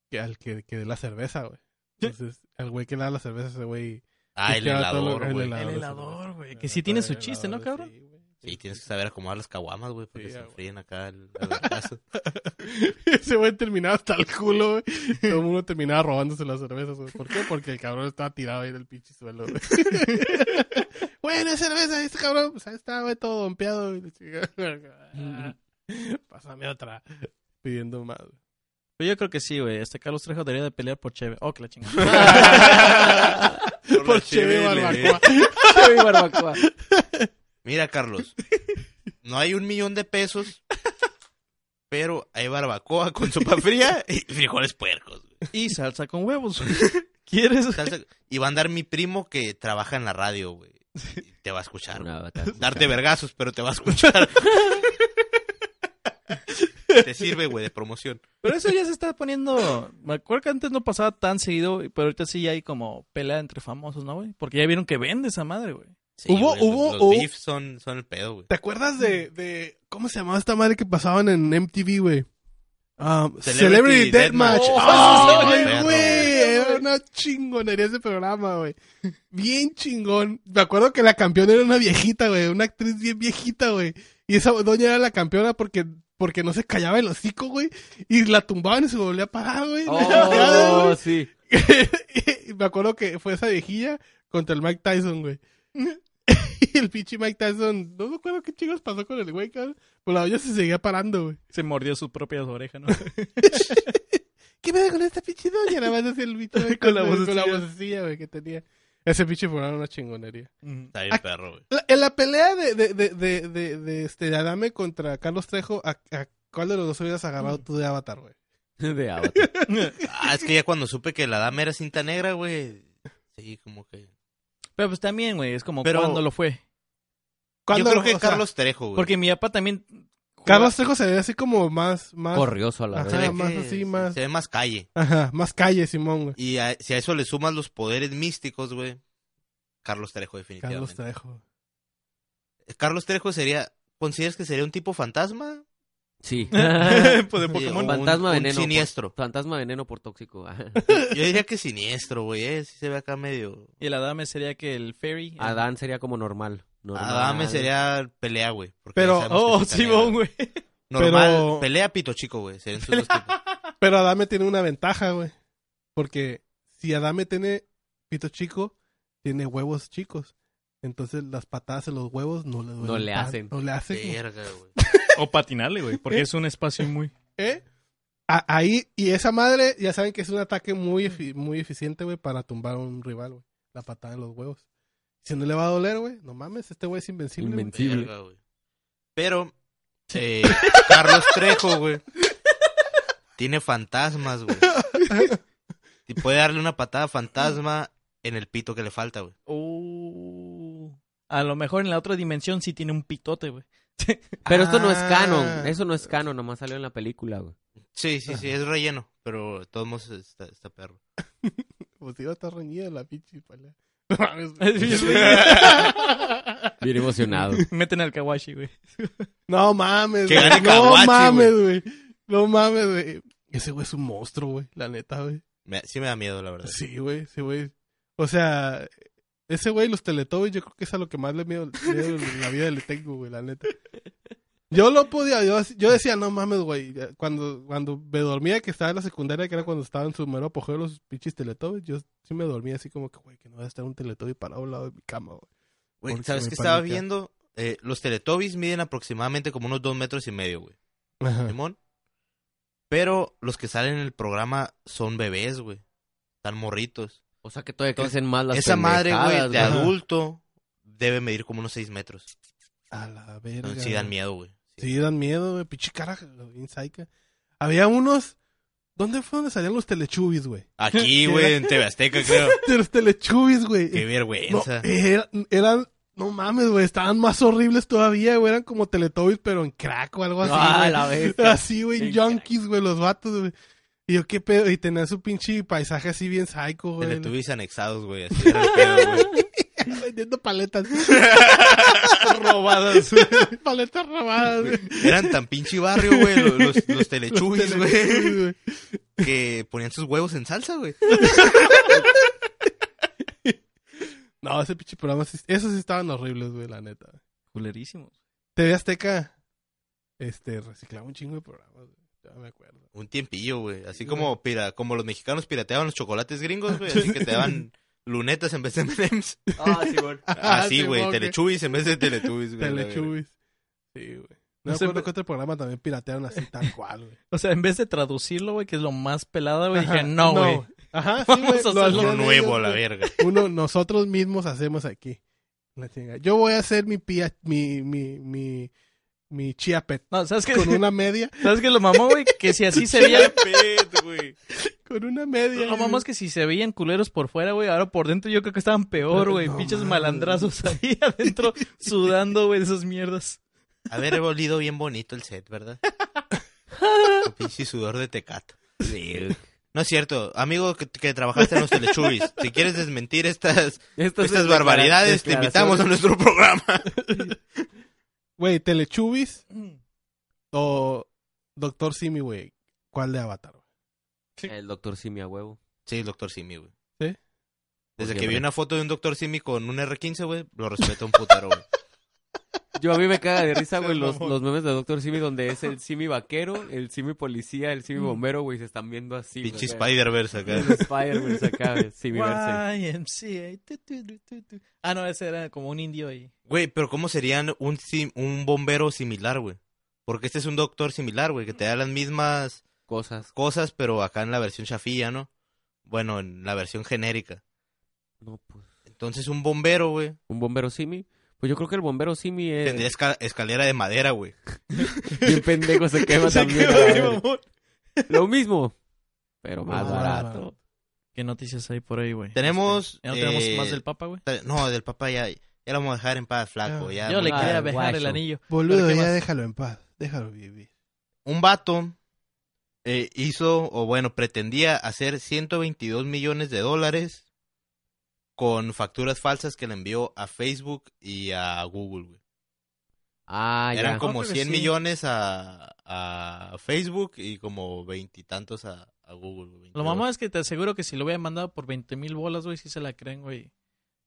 Speaker 1: que, al que, que dé la cerveza, güey. Entonces, al güey que le da la cerveza, ese güey.
Speaker 3: Ah, el
Speaker 1: que lleva todo lo-
Speaker 3: helador, güey.
Speaker 4: El
Speaker 1: de
Speaker 4: helador,
Speaker 1: cerveza.
Speaker 4: güey, que
Speaker 1: El
Speaker 4: sí tiene
Speaker 1: helador, el
Speaker 4: su chiste, ¿no,
Speaker 1: helador,
Speaker 4: cabrón?
Speaker 1: sí, güey.
Speaker 3: Sí, tienes que saber acomodar las caguamas, güey, porque
Speaker 1: Sí,
Speaker 3: se
Speaker 1: ah, güey.
Speaker 3: enfríen acá el, el vergazo.
Speaker 1: Ese güey terminaba hasta el culo, güey. Todo el mundo terminaba robándose las cervezas, güey. ¿Por qué? Porque el cabrón estaba tirado ahí del pinche suelo, güey. Buena cerveza, este cabrón. Pues ahí estaba, güey, todo dompeado, güey. La chingada. Pásame otra. Pidiendo más, güey.
Speaker 4: Pero Pues yo creo que sí, güey. Este Carlos Trejo debería de pelear por Cheve. Oh, que la chingada.
Speaker 3: Por la
Speaker 1: Por chévere,
Speaker 3: cheve, le-
Speaker 1: barbacoa.
Speaker 2: Ay, barbacoa.
Speaker 3: Mira, Carlos, no hay un millón de pesos, pero hay barbacoa con sopa fría y frijoles puercos. güey.
Speaker 4: y salsa con huevos. güey. ¿Quieres?
Speaker 3: Salsa- Y va a andar mi primo que trabaja en la radio, güey. Y Te va a escuchar. güey.
Speaker 2: Una batata.
Speaker 3: Darte vergazos, pero te va a escuchar. te sirve, güey, de promoción.
Speaker 4: Pero eso ya se está poniendo. Me acuerdo que antes no pasaba tan seguido, pero ahorita sí ya hay como pelea entre famosos, ¿no, güey? Porque ya vieron que vende esa madre, güey.
Speaker 3: Sí,
Speaker 1: Hubo-
Speaker 3: güey, los-
Speaker 1: hubo-
Speaker 3: Los,
Speaker 1: hubo-
Speaker 3: beefs son, son el pedo, güey.
Speaker 1: ¿Te acuerdas de, de. ¿Cómo se llamaba esta madre que pasaban en MTV, güey? Ah, Celebrity,
Speaker 3: Celebrity
Speaker 1: Deathmatch.
Speaker 3: Deathmatch.
Speaker 1: ¡Ah,
Speaker 3: Oh,
Speaker 1: güey, güey!
Speaker 3: perro, güey.
Speaker 1: Era una chingonería ese programa, güey. Bien chingón. Me acuerdo que la campeona era una viejita, güey. Una actriz bien viejita, güey. Y esa doña era la campeona porque, porque no se callaba el hocico, güey. Y la tumbaban y se volvía a parar, güey.
Speaker 2: Oh, sí.
Speaker 1: Y me acuerdo que fue esa viejilla contra el Mike Tyson, güey. Y el pinche Mike Tyson, no me acuerdo qué chingos pasó con el güey, cabrón. Pero la olla se seguía parando, güey.
Speaker 4: Se mordió sus propias orejas, ¿no?
Speaker 1: ¿Qué me da con esta pinche doña? Nada más hacía el bicho este, güey,
Speaker 4: Con la
Speaker 1: Con la
Speaker 4: vocecilla.
Speaker 1: vocecilla, güey, que tenía. Ese pinche programa era una chingonería.
Speaker 4: Mm.
Speaker 3: Está bien,
Speaker 1: Ah,
Speaker 3: perro, güey.
Speaker 1: La- en la pelea de, de, de, de, de, de, este, de Adame contra Carlos Trejo, ¿a, a cuál de los dos hubieras agarrado
Speaker 3: Mm.
Speaker 1: tú de Avatar, güey?
Speaker 2: De Avatar.
Speaker 3: Ah, es que ya cuando supe que la dama era cinta negra, güey. Sí, como que.
Speaker 4: Pero pues también, güey, es como
Speaker 3: Pero-
Speaker 4: cuando lo fue.
Speaker 3: Yo
Speaker 1: ¿Cuándo-
Speaker 3: creo
Speaker 1: o
Speaker 3: que
Speaker 1: sea,
Speaker 3: Carlos Trejo, güey.
Speaker 4: Porque mi papá también. jugaba-
Speaker 1: Carlos Trejo se ve así como más... más
Speaker 2: Corrioso a la
Speaker 1: Ajá.
Speaker 3: Se ve
Speaker 2: verga.
Speaker 1: más
Speaker 3: que
Speaker 1: así,
Speaker 3: se-
Speaker 1: más-
Speaker 3: Se ve más calle.
Speaker 1: Ajá, más calle, Simón, güey.
Speaker 3: Y a- si a eso le sumas los poderes místicos, güey. Carlos Trejo, definitivamente.
Speaker 1: Carlos
Speaker 3: Carlos
Speaker 1: Trejo.
Speaker 3: Trejo. sería. ¿Consideras que sería un tipo fantasma?
Speaker 2: Sí.
Speaker 4: pues de
Speaker 3: Sí,
Speaker 4: Pokémon.
Speaker 3: un-
Speaker 2: Fantasma
Speaker 3: un
Speaker 2: veneno. pues. por-
Speaker 3: siniestro.
Speaker 2: fantasma veneno por tóxico. Ajá.
Speaker 3: Yo diría que siniestro, güey. Eh. Sí se ve acá medio.
Speaker 4: Y el Adame sería que el Fairy.
Speaker 2: Adán sería como normal. normal.
Speaker 3: Adame sería pelea, güey. porque
Speaker 1: Pero-
Speaker 3: ya sabemos que
Speaker 4: Oh,
Speaker 3: es cinta negra.
Speaker 4: Simón, güey.
Speaker 3: Normal,
Speaker 1: Pero-
Speaker 3: pelea pito chico, güey. Serían sus dos tipos.
Speaker 1: Pero Adame tiene una ventaja, güey. Porque si Adame tiene pito chico, tiene huevos chicos. Entonces las patadas en los huevos no le duelen.
Speaker 2: No le
Speaker 1: tan-
Speaker 2: hacen.
Speaker 1: No le hacen. güey.
Speaker 3: Verga, güey.
Speaker 4: O patinarle, güey, porque es un espacio muy.
Speaker 1: ¿Eh? A- ahí, y esa madre, ya saben que es un ataque muy, efi- muy eficiente, güey, para tumbar a un rival, güey. La patada en los huevos. Si no le va a doler, güey, no mames, este güey es invencible. güey.
Speaker 2: Invencible.
Speaker 3: Verga, güey. Pero, eh, Carlos Trejo, güey, tiene fantasmas, güey. Y puede darle una patada fantasma en el pito que le falta, güey.
Speaker 4: Oh. A lo mejor en la otra dimensión sí tiene un pitote, güey.
Speaker 2: Pero esto no es
Speaker 1: Ah.
Speaker 2: canon. Eso no es canon. Nomás salió en la película, güey.
Speaker 3: Sí, sí, sí, es relleno, pero de todos modos está, está perro.
Speaker 1: Pues iba a estar reñida la pinche pelea. No mames, güey.
Speaker 2: Bien emocionado.
Speaker 4: Meten al kawashi, güey.
Speaker 1: No mames,
Speaker 3: Que
Speaker 1: güey.
Speaker 3: gane
Speaker 1: No
Speaker 3: Kawachi,
Speaker 1: mames, güey. No mames, güey. Ese güey es un monstruo, güey. La neta, güey.
Speaker 3: Me- Ah, sí me da miedo, la verdad.
Speaker 1: Sí, güey. Sí, güey. O sea, ese güey, los Teletubbies, yo creo que es a lo que más le miedo, miedo en la vida le tengo, güey. La neta. Yo no podía, yo, yo decía, no mames, güey. Ya, Cuando, cuando me dormía, que estaba en la secundaria, que era cuando estaba en su mero apogeo los pinches Teletubbies, yo sí me dormía así como que, güey, que no va a estar un Teletubby parado al lado de mi cama, güey.
Speaker 3: Güey,
Speaker 1: Porque
Speaker 3: ¿sabes
Speaker 1: me
Speaker 3: qué estaba
Speaker 1: paniquea.
Speaker 3: viendo? Eh, los Teletubbies miden aproximadamente como unos dos metros y medio, güey.
Speaker 1: Ajá.
Speaker 3: Simón. Pero los que salen en el programa son bebés, güey. Están morritos.
Speaker 2: O sea que todavía crecen más las
Speaker 3: Esa madre, güey,
Speaker 2: pendejadas,
Speaker 3: de adulto debe medir como unos 6 metros.
Speaker 1: A la verga.
Speaker 3: Entonces, sí dan
Speaker 1: güey.
Speaker 3: miedo, güey.
Speaker 1: Sí, dan miedo, güey. Pinche cara, bien saica. Había unos. ¿Dónde fue donde salían los telechubis, güey?
Speaker 3: Aquí,
Speaker 1: Sí,
Speaker 3: güey,
Speaker 1: era-
Speaker 3: en TV Azteca, creo.
Speaker 1: De los telechubis, güey.
Speaker 3: Qué
Speaker 1: No,
Speaker 3: vergüenza.
Speaker 1: era- eran. No mames, güey. Estaban más horribles todavía, güey. Eran como teletubbies, pero en crack o algo así.
Speaker 2: Ah,
Speaker 1: güey.
Speaker 2: la vez.
Speaker 1: Así, güey,
Speaker 2: En
Speaker 1: junkies, güey, los vatos, güey. Y yo, ¿qué pedo? Y tenía su pinche paisaje así bien psycho, güey.
Speaker 3: Teletubbies anexados, güey. Así era el pedo, güey.
Speaker 1: Vendiendo paletas.
Speaker 3: robadas.
Speaker 1: paletas robadas, güey.
Speaker 3: Eran tan pinche barrio, güey, lo- los, los, telechubis, güey,
Speaker 1: güey.
Speaker 3: que ponían sus huevos en salsa, güey.
Speaker 1: No, ese pinche programa, sí- esos sí estaban horribles, güey, la neta.
Speaker 4: Culerísimo.
Speaker 1: TV Azteca, este, reciclaba un chingo de programas, güey. Ya me acuerdo.
Speaker 3: Un tiempillo, güey. Así como, pira, como los mexicanos pirateaban los chocolates gringos, güey. Así que te daban lunetas en vez de M&M's.
Speaker 6: Ah, sí, güey.
Speaker 3: Así, güey.
Speaker 1: Simón,
Speaker 3: Telechubis en vez de Teletubbies, güey.
Speaker 1: Telechubis. Sí, güey. No,
Speaker 4: No sé,
Speaker 1: acuerdo
Speaker 4: pero-
Speaker 1: que otro programa también piratearon así tal cual, güey.
Speaker 4: O sea, en vez de traducirlo, güey, que es lo más pelado, güey,
Speaker 1: Ajá,
Speaker 4: dije, no, güey.
Speaker 1: Ajá, sí,
Speaker 4: Vamos
Speaker 1: güey,
Speaker 4: a
Speaker 1: lo
Speaker 4: hacerlo
Speaker 3: Lo
Speaker 1: hacían
Speaker 3: nuevo,
Speaker 1: ellos,
Speaker 3: a la
Speaker 1: güey.
Speaker 3: verga.
Speaker 1: Uno, nosotros mismos hacemos aquí. La chinga. Yo voy a hacer mi pia, mi, mi, mi, mi chia pet
Speaker 4: No, ¿sabes qué?
Speaker 1: con una media,
Speaker 4: ¿Sabes qué lo mamó, güey? Que si así se veía...
Speaker 1: con una media.
Speaker 4: Lo mamó es que si se veían culeros por fuera, güey, ahora por dentro yo creo que estaban peor, güey.
Speaker 1: No
Speaker 4: Pinches
Speaker 1: mames.
Speaker 4: malandrazos ahí adentro sudando, güey, de esas mierdas.
Speaker 3: Haber olido bien bonito el set, ¿verdad? Con pinche sudor de tecato. No es cierto. Amigo que, que trabajaste en los Telechubis, si quieres desmentir estas,
Speaker 2: Estas,
Speaker 3: estas barbaridades, te invitamos a nuestro programa.
Speaker 1: Güey, Telechubis o Doctor Simi, güey. ¿Cuál de Avatar?
Speaker 2: El doctor Simia huevo.
Speaker 3: Sí, el doctor Simi, güey.
Speaker 1: ¿Sí?
Speaker 3: Desde
Speaker 2: Porque,
Speaker 3: que vi
Speaker 2: güey.
Speaker 3: una foto de un doctor Simi con un R15, güey, lo respeto un putero, güey.
Speaker 2: Yo a mí me caga de risa, güey,
Speaker 3: Se
Speaker 2: los,
Speaker 3: mamó.
Speaker 2: los memes de Doctor Simi donde es el Simi vaquero, el Simi policía, el
Speaker 1: Mm.
Speaker 2: Simi bombero, güey, se están viendo así. güey,
Speaker 3: Pinche
Speaker 2: acá.
Speaker 3: Spider-Verse acá.
Speaker 2: El Spider-Verse acá, el Simi verse.
Speaker 4: YMCA. tu, tu, tu, tu, tu. Ah, no, ese era como un indio ahí.
Speaker 3: Güey, pero ¿cómo serían un, sim- un bombero similar, güey? Porque este es un doctor similar, güey, que te da las mismas
Speaker 2: Cosas.
Speaker 3: cosas, pero acá en la versión chafilla, ¿no? Bueno, en la versión genérica.
Speaker 2: No, pues.
Speaker 3: Entonces, un bombero,
Speaker 4: Eh.
Speaker 3: güey,
Speaker 2: ¿Un bombero Simi? Pues yo creo que el bombero Simi es.
Speaker 3: tendría esca- escalera de madera, güey.
Speaker 4: Este,
Speaker 2: Bien pendejo se quema también. a la verga. Lo mismo, pero más
Speaker 3: Ah.
Speaker 1: Más
Speaker 2: barato.
Speaker 4: Ah, ¿Qué noticias hay por ahí, güey?
Speaker 3: Tenemos,
Speaker 4: Ya no tenemos
Speaker 3: eh,
Speaker 4: más del Papa, güey.
Speaker 3: Ta- No, del papá ya, ya lo vamos a dejar en paz, flaco.
Speaker 1: Ah.
Speaker 3: ya,
Speaker 4: Yo le
Speaker 3: ya.
Speaker 2: ah,
Speaker 4: quería
Speaker 2: guacho.
Speaker 4: dejar el anillo.
Speaker 1: Boludo,
Speaker 4: ¿Pero qué
Speaker 1: ya
Speaker 4: más?
Speaker 1: déjalo en paz. Déjalo vivir.
Speaker 3: un vato eh, hizo, o bueno, pretendía hacer 122 millones de dólares con facturas falsas que le envió a Facebook y a Google, güey.
Speaker 2: Ah,
Speaker 3: Eran
Speaker 2: ya.
Speaker 4: co-
Speaker 3: como
Speaker 4: creo que
Speaker 3: 100
Speaker 4: sí.
Speaker 3: millones a, a Facebook y como veintitantos a, a Google. güey,
Speaker 4: Lo
Speaker 3: 22.
Speaker 4: mamá es que te aseguro que si lo hubiera mandado por 20 mil bolas, güey, sí se la creen, güey.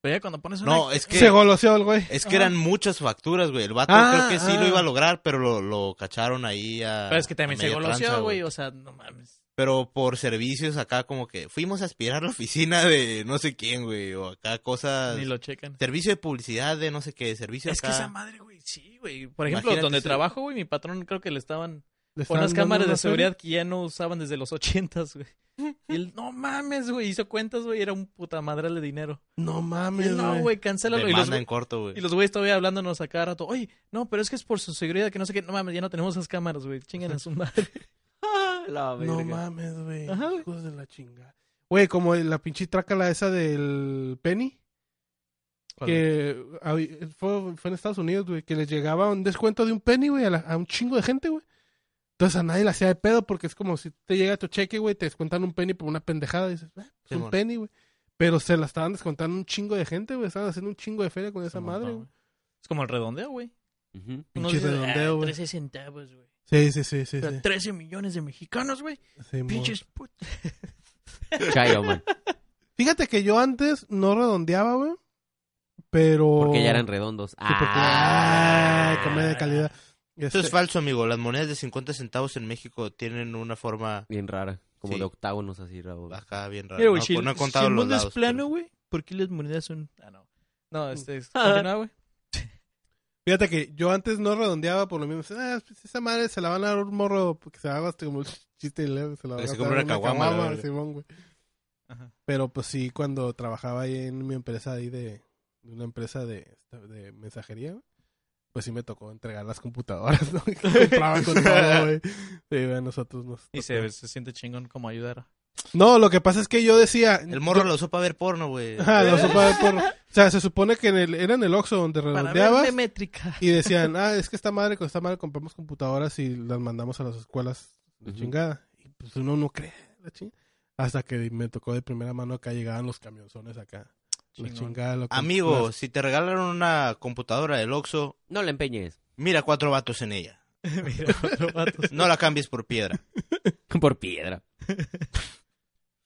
Speaker 4: Pero ya cuando pones una...
Speaker 3: No, es que...
Speaker 1: Se goloseó el güey.
Speaker 3: Es que
Speaker 4: Ajá.
Speaker 3: eran muchas facturas, güey. El vato
Speaker 1: Ah,
Speaker 3: creo que sí
Speaker 1: ah.
Speaker 3: lo iba a lograr, pero lo, lo cacharon ahí a.
Speaker 4: Pero es que también
Speaker 3: a
Speaker 4: se
Speaker 3: media tranza,
Speaker 4: goloseó, güey. O sea, no mames.
Speaker 3: Pero por servicios acá como que fuimos a aspirar la oficina de no sé quién, güey, o acá cosas...
Speaker 4: Ni lo checan.
Speaker 3: Servicio de publicidad de no sé qué, servicio
Speaker 4: Es que
Speaker 3: acá.
Speaker 4: esa madre, güey, sí, güey. Por ejemplo,
Speaker 3: Imagínate
Speaker 4: donde
Speaker 3: ese-
Speaker 4: trabajo, güey, mi patrón creo que le estaban...
Speaker 1: Le
Speaker 4: Por
Speaker 1: estaban
Speaker 4: unas
Speaker 1: dando
Speaker 4: cámaras
Speaker 1: una
Speaker 4: de seguridad
Speaker 1: feria.
Speaker 4: que ya no usaban desde los ochentas, güey. Y él, no mames, güey, hizo cuentas, güey, era un puta madral de dinero.
Speaker 1: No
Speaker 4: Y
Speaker 1: mames,
Speaker 4: él, no, güey, cancélalo. Y los,
Speaker 3: Demanda en corto, güey.
Speaker 4: y los güeyes todavía hablándonos a cada rato, oye, no, pero es que es por su seguridad, que no sé qué, no mames, ya no tenemos esas cámaras, güey, chingan a su madre.
Speaker 2: La
Speaker 1: No
Speaker 2: verga.
Speaker 1: mames, güey.
Speaker 4: Ajá, güey.
Speaker 1: Hijos de la chingada. Güey, como la pinche trácala esa del Penny. Que hab- fue, fue en Estados Unidos, güey, que les llegaba un descuento de un penny, güey, a, la- a un chingo de gente, güey. Entonces a nadie le hacía de pedo porque es como si te llega tu cheque, güey, te descuentan un penny por una pendejada. Y dices, "Ah, es un
Speaker 3: Simón.
Speaker 1: penny, güey. Pero se la estaban descontando un chingo de gente, güey. Estaban haciendo un chingo de feria con esa madre, güey.
Speaker 4: Es como el redondeo, güey.
Speaker 2: Ujú.
Speaker 4: Uno
Speaker 1: Pinche
Speaker 4: dice,
Speaker 1: redondeo,
Speaker 4: "Ah,
Speaker 1: güey.
Speaker 4: 13 centavos, güey.
Speaker 1: Sí, sí, sí, sí.
Speaker 4: O sea,
Speaker 1: sí.
Speaker 4: 13 millones de mexicanos, güey.
Speaker 1: Simón.
Speaker 4: Pinches put-
Speaker 2: Chayo, man.
Speaker 1: Fíjate que yo antes no redondeaba, güey. Pero.
Speaker 2: Porque ya eran redondos.
Speaker 1: Sí, porque-
Speaker 2: Ah.
Speaker 1: Ay, comedia de calidad.
Speaker 3: Esto es
Speaker 1: Este-
Speaker 3: falso, amigo. Las monedas de 50 centavos en México tienen una forma
Speaker 2: Bien rara. Como
Speaker 3: Sí.
Speaker 2: de octágonos así, rabo.
Speaker 3: acá bien rara.
Speaker 4: Mira, Eh, güey,
Speaker 3: no,
Speaker 4: si,
Speaker 3: pues no he
Speaker 4: si
Speaker 3: contado
Speaker 4: el
Speaker 3: los
Speaker 4: mundo es
Speaker 3: lados,
Speaker 4: plano,
Speaker 3: pero-
Speaker 4: güey, ¿por qué las monedas son...? Ah, no. No, este, es- continúa, güey.
Speaker 1: Fíjate que yo antes no redondeaba por lo mismo. Ah, pues esa madre se la van a dar un morro porque se va hasta como el chiste y luego se la va a
Speaker 3: Se
Speaker 1: gastar
Speaker 3: compra
Speaker 1: en
Speaker 3: una caguama, la verga.
Speaker 1: Simón, güey.
Speaker 4: Ajá.
Speaker 1: Pero pues sí, cuando trabajaba ahí en mi empresa ahí de, de una empresa de, de mensajería, güey, pues sí me tocó entregar las computadoras, ¿no? Que compraban con todo, güey. Sí, güey, a nosotros nos.
Speaker 4: Y
Speaker 1: tocó.
Speaker 4: se, se siente chingón como ayudar.
Speaker 1: No, lo que pasa es que yo decía.
Speaker 3: El morro lo usó para ver porno, güey.
Speaker 4: Ah,
Speaker 1: Ajá, lo supo haber por- O sea, se supone que en el, era en el Oxxo donde
Speaker 4: Para
Speaker 1: redondeabas.
Speaker 4: verme métrica.
Speaker 1: Y decían, ah, es que esta madre, con esta madre compramos computadoras y las mandamos a las escuelas de
Speaker 2: Ujú.
Speaker 1: chingada. Y pues uno no cree. la ching-". Hasta que me tocó de primera mano que llegaban los camionzones acá. La
Speaker 4: Chingón.
Speaker 1: chingada, loco.
Speaker 3: Amigo, si te regalaron una computadora del Oxxo,
Speaker 2: No la empeñes.
Speaker 3: mira cuatro vatos en ella.
Speaker 4: Mira, cuatro vatos.
Speaker 3: No la cambies por piedra.
Speaker 2: Por piedra.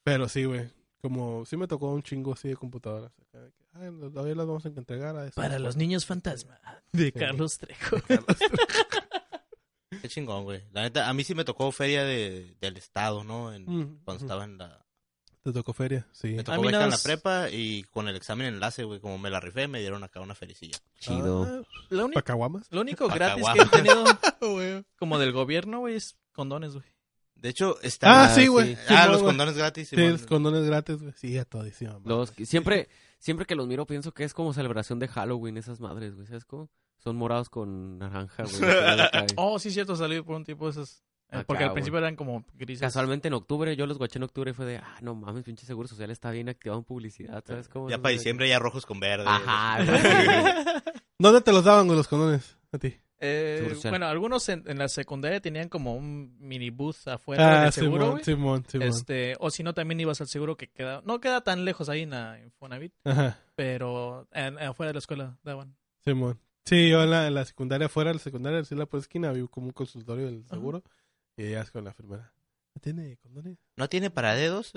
Speaker 1: Pero sí, güey. Como sí me tocó un chingo así de computadoras. acá de que, Ay, los- todavía las vamos a entregar a eso.
Speaker 4: Para los niños fantasma. De Carlos Trejo.
Speaker 3: Qué chingón, güey. La neta, a mí sí me tocó feria de, del estado, ¿no? En- cuando estaba en la...
Speaker 1: ¿Te tocó feria? Sí.
Speaker 3: Me
Speaker 4: Mm. A
Speaker 3: tocó
Speaker 4: mí
Speaker 3: beca
Speaker 4: nada
Speaker 3: en la
Speaker 4: más-
Speaker 3: prepa y con el examen enlace, güey, como me la rifé, me dieron acá una felicilla.
Speaker 2: Chido.
Speaker 1: Ah,
Speaker 4: Lo, uni-
Speaker 1: ¿Pacaguamas?
Speaker 4: lo único gratis que he
Speaker 3: Cacahuamas.
Speaker 4: tenido
Speaker 1: güey.
Speaker 4: como del gobierno, güey, es condones, güey.
Speaker 3: De hecho, está...
Speaker 1: Ah, sí, güey.
Speaker 2: sí.
Speaker 3: Ah,
Speaker 1: Simón,
Speaker 3: los
Speaker 1: güey.
Speaker 3: condones gratis.
Speaker 1: Sí,
Speaker 3: Simón.
Speaker 1: los condones gratis, güey. Sí, a todísima. madre.
Speaker 2: Los, siempre, siempre que los miro pienso que es como celebración de Halloween esas madres, güey. ¿Sabes cómo? Son morados con naranja, güey. Acá, güey.
Speaker 4: Oh, sí, cierto, salió por un tipo de esas. eh,
Speaker 2: Acá,
Speaker 4: porque al
Speaker 2: güey.
Speaker 4: principio eran como grises.
Speaker 2: Casualmente en octubre, yo los guaché en octubre y fue de, ah, no mames, pinche Seguro Social está bien activado en publicidad, ¿sabes cómo?
Speaker 3: Ya
Speaker 2: Esas
Speaker 3: para
Speaker 2: madres.
Speaker 3: diciembre ya rojos con verde.
Speaker 2: Ajá, güey.
Speaker 1: ¿Dónde te los daban, güey, los condones? A ti.
Speaker 4: Eh,
Speaker 2: Seguro Social.
Speaker 4: bueno, algunos en, en la secundaria tenían como un mini booth afuera
Speaker 1: Ah,
Speaker 4: del seguro,
Speaker 1: Simón,
Speaker 4: güey.
Speaker 1: Simón, Simón.
Speaker 4: Este, o si no, también ibas al seguro que queda, no queda tan lejos ahí en la en Fonavit,
Speaker 1: Ajá,
Speaker 4: pero en- afuera de la escuela daban.
Speaker 1: Simón. Sí, yo en la, en la secundaria, fuera de la secundaria, sí, la por esquina, había como un consultorio del seguro. Y ellas con la enfermera. ¿No tiene condones?
Speaker 3: ¿No tiene para dedos?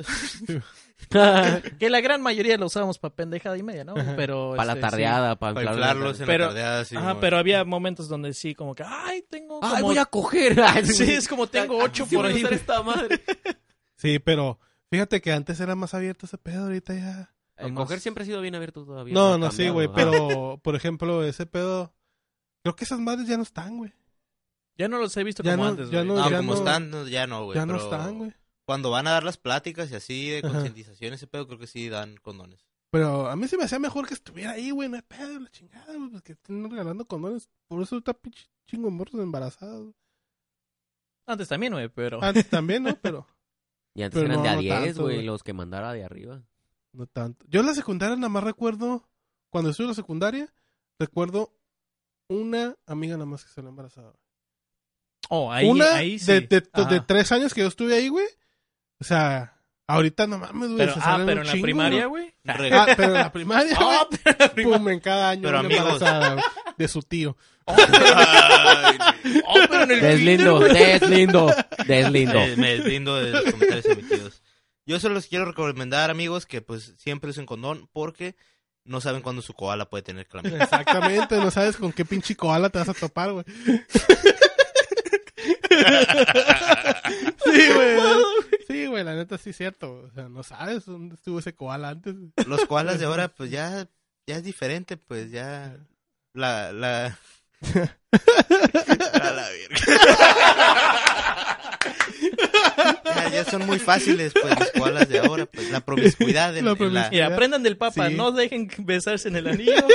Speaker 4: Que la gran mayoría lo usábamos para pendejada y media, ¿no?
Speaker 1: Ajá.
Speaker 4: Pero.
Speaker 2: Para la
Speaker 4: este, sí.
Speaker 2: tardeada, para
Speaker 3: Para
Speaker 2: inflarlos.
Speaker 3: inflarlos en
Speaker 4: Pero-
Speaker 3: la tardeada, sí,
Speaker 4: Ajá,
Speaker 3: güey.
Speaker 4: pero había momentos donde sí, como que, ay, tengo.
Speaker 2: Ay,
Speaker 4: como-
Speaker 2: voy a coger.
Speaker 4: Sí, es como tengo ocho
Speaker 2: Sí
Speaker 4: por
Speaker 2: voy a
Speaker 4: ahí.
Speaker 2: usar esta madre.
Speaker 1: Sí, pero fíjate que antes era más abierto ese pedo, ahorita ya.
Speaker 2: El
Speaker 1: Nomás-
Speaker 2: coger siempre ha sido bien abierto todavía.
Speaker 1: No,
Speaker 2: ha
Speaker 1: no, sí,
Speaker 2: cambiado,
Speaker 1: güey,
Speaker 2: ¿no?
Speaker 1: pero por ejemplo, ese pedo. Creo que esas madres ya no están, güey.
Speaker 4: Ya no los he visto
Speaker 1: Ya
Speaker 4: como
Speaker 1: no-
Speaker 4: antes.
Speaker 1: ya
Speaker 4: güey.
Speaker 1: no-
Speaker 3: No,
Speaker 1: ya
Speaker 3: como
Speaker 1: no-
Speaker 3: están, no, ya no, güey.
Speaker 1: ya no
Speaker 3: pero
Speaker 1: están, güey.
Speaker 3: Cuando van a dar las pláticas y así de
Speaker 1: Ajá.
Speaker 3: concientización, ese pedo creo que sí dan condones.
Speaker 1: Pero a mí se me hacía mejor que estuviera ahí, güey, no hay pedo, la chingada, güey, porque están regalando condones. Por eso está pinche chingo de morros embarazados.
Speaker 4: Antes también, güey, pero.
Speaker 1: Antes también, ¿no? Pero
Speaker 2: Y antes
Speaker 1: Pero
Speaker 2: eran
Speaker 1: no,
Speaker 2: de a
Speaker 1: no
Speaker 2: 10,
Speaker 1: tanto,
Speaker 2: güey,
Speaker 1: güey.
Speaker 2: los que mandara de arriba.
Speaker 1: no tanto. Yo en la secundaria nada más recuerdo, cuando estuve en la secundaria, recuerdo una amiga nada más que salió embarazada.
Speaker 4: Oh, ahí,
Speaker 1: una
Speaker 4: ahí sí.
Speaker 1: de, de,
Speaker 4: Ajá.
Speaker 1: de tres años que yo estuve ahí, güey. O sea, ahorita no mames, güey.
Speaker 4: Pero,
Speaker 1: se
Speaker 4: ah,
Speaker 1: salen
Speaker 4: pero
Speaker 1: un
Speaker 4: en la
Speaker 1: chingo,
Speaker 4: primaria,
Speaker 1: güey.
Speaker 4: güey.
Speaker 3: Regalo.
Speaker 1: Ah, pero en la primaria, güey.
Speaker 4: Ah, pero en la primaria.
Speaker 1: Pum, en cada año
Speaker 3: Pero
Speaker 1: una
Speaker 3: amigos.
Speaker 1: embarazada güey, de su tío.
Speaker 3: Ay, güey.
Speaker 4: Oh, pero en el
Speaker 2: Deslindo, deslindo, deslindo.
Speaker 3: Eh, me deslindo de los comentarios emitidos. Yo solo les quiero recomendar, amigos, que pues siempre usen condón porque no saben cuándo su koala puede tener clamidia.
Speaker 1: Exactamente, no sabes con qué pinche koala te vas a topar, güey. sí, güey. Sí, güey, la neta sí es cierto. güey. O sea, no sabes dónde estuvo ese koala antes. güey.
Speaker 3: Los koalas de ahora, pues ya, ya es diferente, pues ya. La. La. A la verga. Ya, ya son muy fáciles, pues, los koalas de ahora. Pues, la promiscuidad. en-
Speaker 1: La
Speaker 3: en la-
Speaker 1: promiscuidad.
Speaker 4: Mira, aprendan del Papa,
Speaker 1: Sí.
Speaker 4: no dejen besarse en el anillo.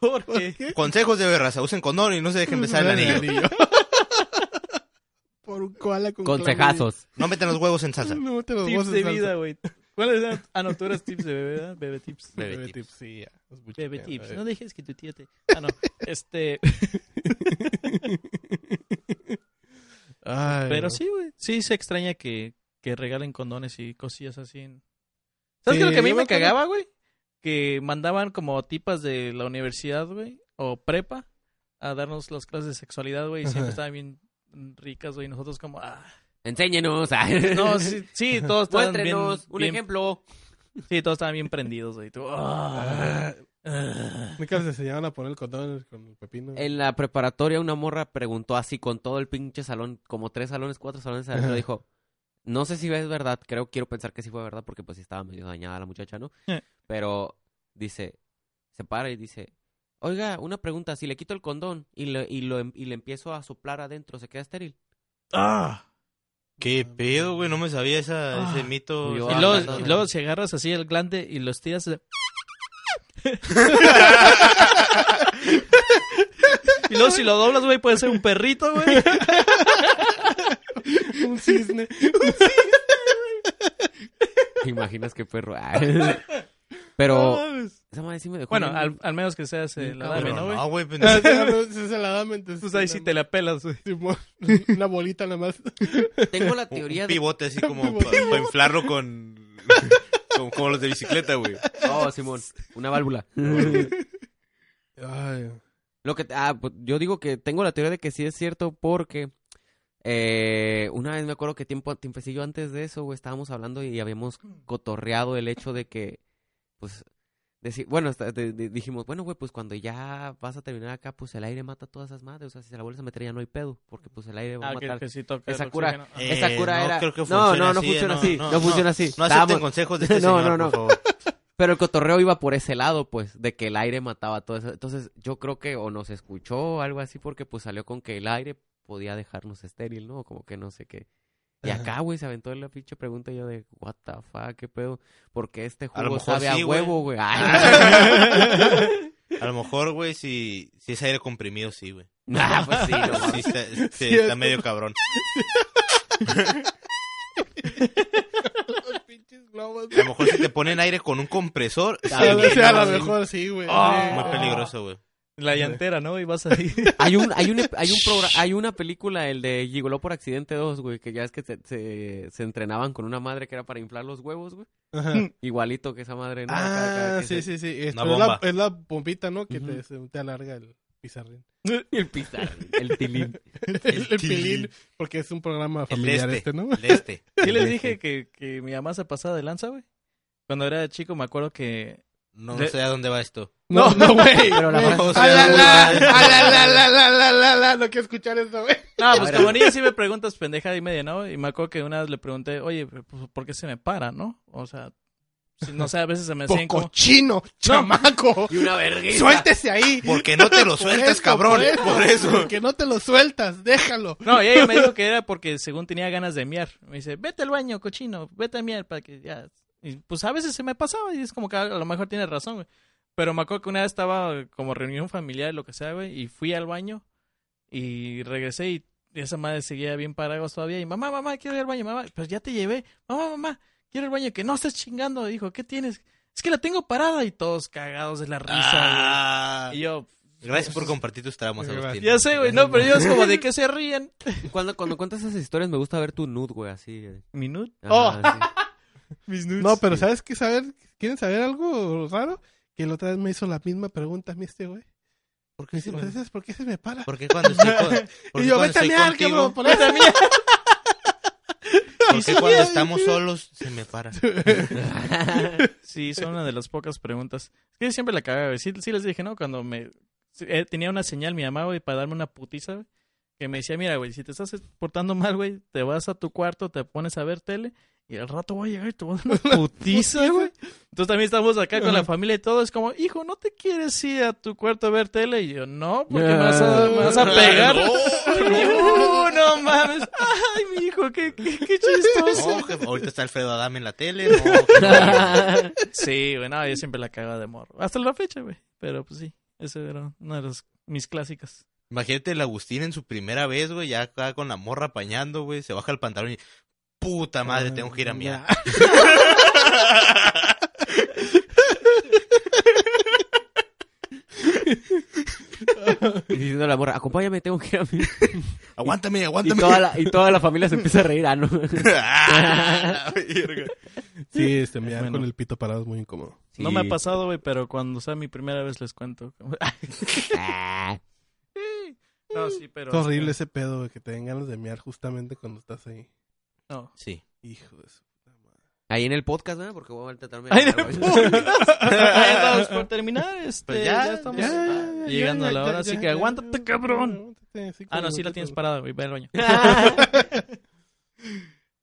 Speaker 4: Porque
Speaker 3: Consejos de raza: usen condón y no se dejen besar el Pues anillo.
Speaker 1: Por un koala con
Speaker 2: Consejazos.
Speaker 3: No metan los huevos en
Speaker 1: clamidia.
Speaker 3: salsa.
Speaker 1: No te los
Speaker 4: tips
Speaker 1: gozas,
Speaker 4: de
Speaker 1: salsa.
Speaker 4: vida, güey. ¿Cuáles eran? Ah, no, tú eras tips de bebé, ¿verdad? Bebé tips.
Speaker 3: Bebé
Speaker 1: Bebé
Speaker 3: tips.
Speaker 1: tips, sí, ya. Los buchones,
Speaker 4: Bebé tips.
Speaker 1: bebé.
Speaker 4: No dejes que tu tía te. Ah, no. Este.
Speaker 1: Ay,
Speaker 4: Pero
Speaker 1: no.
Speaker 4: sí, güey. Sí, se extraña que, que regalen condones y cosillas así. en-
Speaker 1: Sí,
Speaker 4: ¿Sabes qué es lo que a mí
Speaker 1: yo me
Speaker 4: me
Speaker 1: acuerdo-
Speaker 4: cagaba, güey? Que mandaban como tipas de la universidad, güey, o prepa, a darnos las clases de sexualidad, güey, y siempre
Speaker 1: Ajá.
Speaker 4: estaban bien ricas, güey, y nosotros como, ah.
Speaker 2: Enséñenos. ah.
Speaker 4: No, sí, sí, todos estaban bien,
Speaker 2: Muéstrenos un
Speaker 4: bien-
Speaker 2: ejemplo.
Speaker 4: Sí, todos estaban bien prendidos, güey. Tú, ah,
Speaker 1: Ah,
Speaker 4: ah.
Speaker 1: Nunca les enseñaban a poner el condón con el pepino.
Speaker 2: En la preparatoria una morra preguntó así con todo el pinche salón, como tres salones, cuatro salones adentro,
Speaker 1: Ajá.
Speaker 2: dijo, no sé si es verdad, creo, quiero pensar que sí fue verdad porque pues sí estaba medio dañada la muchacha, ¿no?
Speaker 4: Eh.
Speaker 2: Pero dice, se para y dice, oiga, una pregunta, si le quito el condón y, le- y, lo, em- y le empiezo a soplar adentro, ¿se queda estéril?
Speaker 4: Ah.
Speaker 3: ¿Qué pedo, güey? No me sabía esa, ese
Speaker 4: Ah.
Speaker 3: mito.
Speaker 2: Yo
Speaker 4: Y
Speaker 2: Ah,
Speaker 4: luego,
Speaker 2: no,
Speaker 4: y
Speaker 2: no.
Speaker 4: luego si agarras así el glande y los tiras... de- y luego si lo doblas, güey, puede ser un perrito, güey.
Speaker 1: un cisne.
Speaker 2: ¿Te imaginas qué perro? Ah. Pero
Speaker 4: No, pues.
Speaker 2: esa madre sí me dejó.
Speaker 4: Bueno,
Speaker 2: bien-
Speaker 4: al, al menos que seas eh,
Speaker 2: Bien
Speaker 4: la
Speaker 2: cabrón.
Speaker 4: dame,
Speaker 3: Pero
Speaker 4: ¿no,
Speaker 3: no,
Speaker 4: güey?
Speaker 3: güey. pues,
Speaker 1: Ah, sí, ah, no, se la da, entonces,
Speaker 4: Pues ahí sí te la pelas, güey.
Speaker 1: Simón, Una bolita nada más.
Speaker 2: Tengo la
Speaker 3: un,
Speaker 2: teoría
Speaker 3: un
Speaker 2: de.
Speaker 3: pivote así como
Speaker 1: Pivote.
Speaker 3: para inflarlo con... como, como los de bicicleta, güey.
Speaker 2: Oh, Simón, una válvula.
Speaker 1: Ay,
Speaker 2: Lo que, ah, pues, yo digo que tengo la teoría de que sí es cierto porque eh, una vez me acuerdo que tiempo, tiempecillo antes de eso, güey, estábamos hablando y habíamos cotorreado el hecho de que, pues, deci- bueno, hasta de- de- dijimos, bueno, güey, pues cuando ya vas a terminar acá, pues el aire mata todas esas madres, o sea, si se la vuelves a meter ya no hay pedo, porque pues el aire va a
Speaker 4: Ah, que,
Speaker 2: matar.
Speaker 4: que sí toca.
Speaker 2: Esa
Speaker 4: el
Speaker 2: cura.
Speaker 4: oxígeno. Ah.
Speaker 3: Eh,
Speaker 2: Esa cura
Speaker 3: no
Speaker 2: era...
Speaker 3: creo que
Speaker 2: no, no, no
Speaker 3: funcione
Speaker 2: funciona
Speaker 3: así,
Speaker 2: así,
Speaker 3: eh, no,
Speaker 2: no,
Speaker 3: no,
Speaker 2: funciona así.
Speaker 3: No acepten
Speaker 2: Estábamos-
Speaker 3: consejos de este
Speaker 2: No,
Speaker 3: señor,
Speaker 2: no, no.
Speaker 3: por favor.
Speaker 2: Pero el cotorreo iba por ese lado, pues, de que el aire mataba todo eso. Entonces, yo creo que o nos escuchó o algo así, porque pues salió con que el aire podía dejarnos estéril, ¿no? Como que no sé qué. Y acá, güey, se aventó la pinche pregunta yo de, what the fuck, qué pedo, porque este
Speaker 3: A lo
Speaker 2: jugo
Speaker 3: mejor
Speaker 2: sabe a
Speaker 3: sí, güey.
Speaker 2: huevo, güey? Ay.
Speaker 3: A lo mejor, güey, si, si es aire comprimido, sí, güey.
Speaker 2: Nah, pues sí, no
Speaker 3: Sí,
Speaker 2: mames.
Speaker 3: está, sí,
Speaker 1: Cierto.
Speaker 3: está medio cabrón.
Speaker 1: Los pinches globos.
Speaker 3: A lo mejor si te ponen aire con un compresor,
Speaker 1: A
Speaker 3: Ah,
Speaker 2: Ah,
Speaker 3: sí,
Speaker 1: lo,
Speaker 3: güey,
Speaker 1: sea, a
Speaker 3: no,
Speaker 1: lo
Speaker 3: sí,
Speaker 1: mejor sí, güey.
Speaker 4: Ah,
Speaker 1: Sí.
Speaker 3: Muy peligroso, güey.
Speaker 4: La llantera, ¿no? Y vas ahí.
Speaker 2: pues, Hay un, hay un, ep- hay un progra- hay una película, el de Gigoló por accidente 2, güey, que ya es que se, se, se entrenaban con una madre que era para inflar los huevos, güey.
Speaker 1: Ajá.
Speaker 2: Igualito que esa madre, ¿no? Cada- cada
Speaker 1: Ah,
Speaker 2: que
Speaker 1: sí, sí,
Speaker 2: se-
Speaker 1: sí. Es,
Speaker 3: Una
Speaker 1: pero es la,
Speaker 3: bomba.
Speaker 1: es la pompita, ¿no? Que te-
Speaker 2: Ujú.
Speaker 1: se- te, alarga el pizarrín.
Speaker 2: El pizarro, el tilín.
Speaker 1: El,
Speaker 3: El
Speaker 1: pilín,
Speaker 3: tilín.
Speaker 1: porque es un programa
Speaker 3: El
Speaker 1: familiar
Speaker 3: este.
Speaker 1: este, ¿no?
Speaker 3: El este.
Speaker 4: Sí les dije que, que mi mamá se pasaba de lanza, güey. Cuando era chico me acuerdo que...
Speaker 3: No,
Speaker 4: Le-
Speaker 3: sé a dónde va esto.
Speaker 1: No, no, güey.
Speaker 2: Pero la
Speaker 1: Güey,
Speaker 2: frase-
Speaker 1: a la, la, a la, la, la, la, la, la, la, No quiero escuchar eso, güey.
Speaker 4: No, pues
Speaker 2: Ahora-
Speaker 4: como niña sí me preguntas pendeja y media, ¿no? Y me acuerdo que una vez le pregunté, oye, pues, ¿por qué se me para, no? O sea, si- no sé, a veces se me hacían
Speaker 1: Poco
Speaker 4: como...
Speaker 1: chino, chamaco.
Speaker 2: Y una vergüenza.
Speaker 1: Suéltese ahí.
Speaker 3: Porque no te lo
Speaker 1: Por
Speaker 3: sueltas,
Speaker 1: eso,
Speaker 3: cabrón. Por eso.
Speaker 1: Porque no te lo sueltas, déjalo.
Speaker 4: No, y ella me dijo que era porque según tenía ganas de miar. Me dice, vete al baño, cochino, vete a miar para que ya... Y pues a veces se me pasaba y es como que a lo mejor tiene razón, güey. Pero me acuerdo que una vez estaba como reunión familiar, lo que sea, güey, y fui al baño y regresé y esa madre seguía bien parados todavía. Y mamá, mamá, quiero ir al baño, mamá, pues ya te llevé. Mamá, mamá, quiero ir al baño, que no estés chingando. Dijo, ¿qué tienes? Es que la tengo parada y todos cagados de la risa,
Speaker 3: Ah,
Speaker 4: güey. Y yo,
Speaker 3: gracias por compartir tus tramos, Agustín.
Speaker 4: ya sé, güey, no, pero yo es como de que se ríen.
Speaker 2: Cuando, cuando cuentas esas historias me gusta ver tu nude, güey, así. eh.
Speaker 4: Minut.
Speaker 2: Ajá,
Speaker 4: Oh,
Speaker 3: Oh.
Speaker 4: Mis nudes.
Speaker 1: No, pero ¿sabes qué? Saber, ¿Quieren saber algo raro? Que la otra vez me hizo la misma pregunta a mí este güey.
Speaker 3: ¿Por
Speaker 1: Me dice, "Pues, ¿sabes ¿Por qué se me para?
Speaker 3: Porque cuando estoy, con- porque
Speaker 1: Y yo,
Speaker 3: cuando
Speaker 1: vete a
Speaker 3: estoy
Speaker 1: mear,
Speaker 3: contigo,
Speaker 1: cabrón, por eso.
Speaker 3: porque cuando estamos solos se me para.
Speaker 2: sí.
Speaker 4: Sí, son una de las pocas preguntas. Es que siempre la cagaba, güey. Sí, sí les dije, ¿no? Cuando me... sí, eh, tenía una señal mi mamá, güey, para darme una putiza, güey. Que me decía, mira, güey, si te estás portando mal, güey, te vas a tu cuarto, te pones a ver tele y al rato voy a llegar y te voy a dar una putiza, güey. Entonces también estamos acá con la familia y todo. Es como, hijo, ¿no te quieres ir a tu cuarto a ver tele? Y yo, no, porque me, vas a, me vas a pegar. No, no mames. Ay, mi hijo, qué, qué, qué chistoso.
Speaker 3: No, jefe, ahorita está Alfredo Adame en la tele. No, jefe.
Speaker 4: Sí, güey, no, yo siempre la cagaba de morro. Hasta la fecha, güey. Pero pues sí, esa era una de las, mis clásicas.
Speaker 3: Imagínate el Agustín en su primera vez, güey, ya acá con la morra apañando, güey, se baja el pantalón y puta madre, tengo que ir a mirar.
Speaker 2: Y diciendo a la morra, acompáñame, tengo que ir a mí.
Speaker 3: Aguántame,
Speaker 2: Y
Speaker 3: aguántame.
Speaker 2: toda, la, y toda la familia se empieza a reír, ah, no.
Speaker 3: Ah, la verga.
Speaker 1: Sí, este, mirar
Speaker 4: Bueno.
Speaker 1: con el pito parado es muy incómodo.
Speaker 4: No me ha
Speaker 2: Sí.
Speaker 4: pasado, güey, pero cuando sea mi primera vez les cuento.
Speaker 2: Ah,
Speaker 4: No, sí, pero...
Speaker 1: Es horrible ese pedo, güey, que te den ganas de miar justamente cuando estás ahí.
Speaker 4: No.
Speaker 3: Sí.
Speaker 1: Hijo de su puta madre.
Speaker 2: Ahí en el podcast, ¿verdad? Porque voy a tratarme de...
Speaker 4: Ay, no, ya estamos por terminar, este,
Speaker 3: Pues ya,
Speaker 4: ya, estamos
Speaker 3: ya,
Speaker 4: ah, llegando a la hora, así que aguántate, cabrón.
Speaker 1: aguántate, sí,
Speaker 4: Ah, no,
Speaker 1: como
Speaker 4: sí la
Speaker 1: tú,
Speaker 4: tienes
Speaker 1: como-
Speaker 4: parada, güey, ve al baño.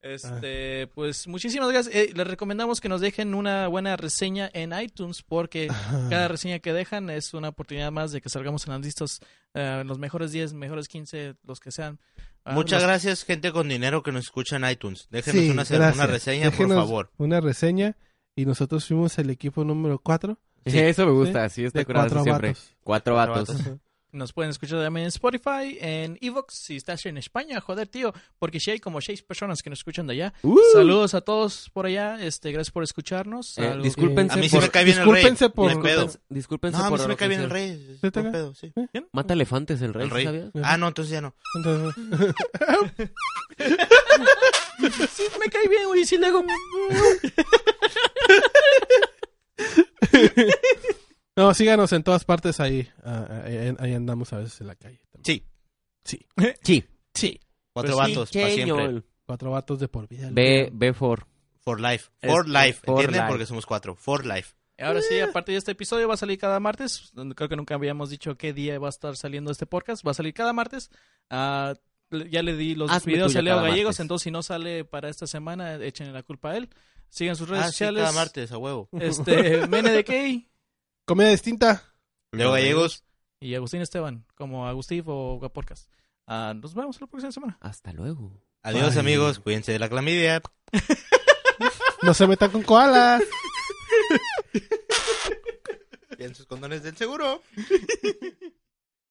Speaker 4: Este, pues muchísimas gracias. Eh, les recomendamos que nos dejen una buena reseña en iTunes porque
Speaker 1: Ajá.
Speaker 4: cada reseña que dejan es una oportunidad más de que salgamos en las listas, eh, los mejores 10, mejores 15, los que sean. Ah,
Speaker 3: Muchas
Speaker 4: los-
Speaker 3: gracias, gente con dinero que nos escucha en iTunes. Déjenos
Speaker 1: Sí,
Speaker 3: una, una
Speaker 1: gracias.
Speaker 3: reseña,
Speaker 1: Déjenos
Speaker 3: por favor.
Speaker 1: Una reseña. Y nosotros fuimos el equipo número 4
Speaker 2: Sí, eso me gusta, sí, está
Speaker 1: de Pues,
Speaker 2: curado
Speaker 1: cuatro
Speaker 2: siempre.
Speaker 1: vatos.
Speaker 2: Cuatro vatos.
Speaker 3: Cuatro
Speaker 1: vatos.
Speaker 4: Nos pueden escuchar también en Spotify, en Evox, si estás en España, joder, tío, porque si hay como seis personas que nos escuchan de allá.
Speaker 1: uh,
Speaker 4: Saludos a todos por allá, este, gracias por escucharnos.
Speaker 2: Eh,
Speaker 4: Algo que-
Speaker 2: discúlpense
Speaker 3: A mí sí
Speaker 2: por-
Speaker 3: me cae bien el rey.
Speaker 1: discúlpense por-
Speaker 3: No hay pedo.
Speaker 2: Discúlpense, discúlpense
Speaker 3: No, a mí
Speaker 2: por
Speaker 3: sí
Speaker 2: la
Speaker 3: me cae bien el
Speaker 2: ofensión.
Speaker 3: rey.
Speaker 1: ¿Sí te
Speaker 3: No
Speaker 1: cae?
Speaker 3: pedo, sí.
Speaker 2: Mata elefantes el rey,
Speaker 3: El rey.
Speaker 2: ¿sabías?
Speaker 3: Ah, no, entonces ya no.
Speaker 1: Entonces,
Speaker 4: Sí, me cae bien, güey, sí mm, le hago...
Speaker 1: no, síganos en todas partes ahí. ah, ah, ahí. ahí andamos a veces en la calle. también.
Speaker 3: Sí.
Speaker 2: Sí.
Speaker 4: Sí.
Speaker 3: Cuatro
Speaker 4: Pues sí,
Speaker 3: vatos, para siempre.
Speaker 2: Señor.
Speaker 1: Cuatro vatos de por vida.
Speaker 2: Ve, ve for.
Speaker 3: For life. For
Speaker 2: Este,
Speaker 3: life.
Speaker 2: for
Speaker 3: ¿Entienden?
Speaker 2: life.
Speaker 3: Porque somos cuatro. For life.
Speaker 4: Y Ahora sí, aparte de este episodio, va a salir cada martes. Creo que nunca habíamos dicho qué día va a estar saliendo este podcast. Va a salir cada martes. Ah, le- ya le di los
Speaker 2: Hazme
Speaker 4: videos
Speaker 2: tuya
Speaker 4: a Leo
Speaker 2: cada
Speaker 4: Gallegos,
Speaker 2: martes.
Speaker 4: entonces si no sale para esta semana, échenle la culpa a él. Sigan sus redes
Speaker 3: Ah, sí,
Speaker 4: sociales.
Speaker 3: cada martes, a huevo.
Speaker 4: Este, Mene de Key
Speaker 1: Comida distinta.
Speaker 3: Leo Gallegos.
Speaker 4: y Agustín Esteban, como Agustín o Gaporcas. Ah, nos vemos la próxima semana.
Speaker 2: Hasta luego.
Speaker 3: Adiós,
Speaker 1: Bye.
Speaker 3: amigos. Cuídense de la clamidia.
Speaker 1: No se metan con koalas.
Speaker 3: Piden sus condones del seguro.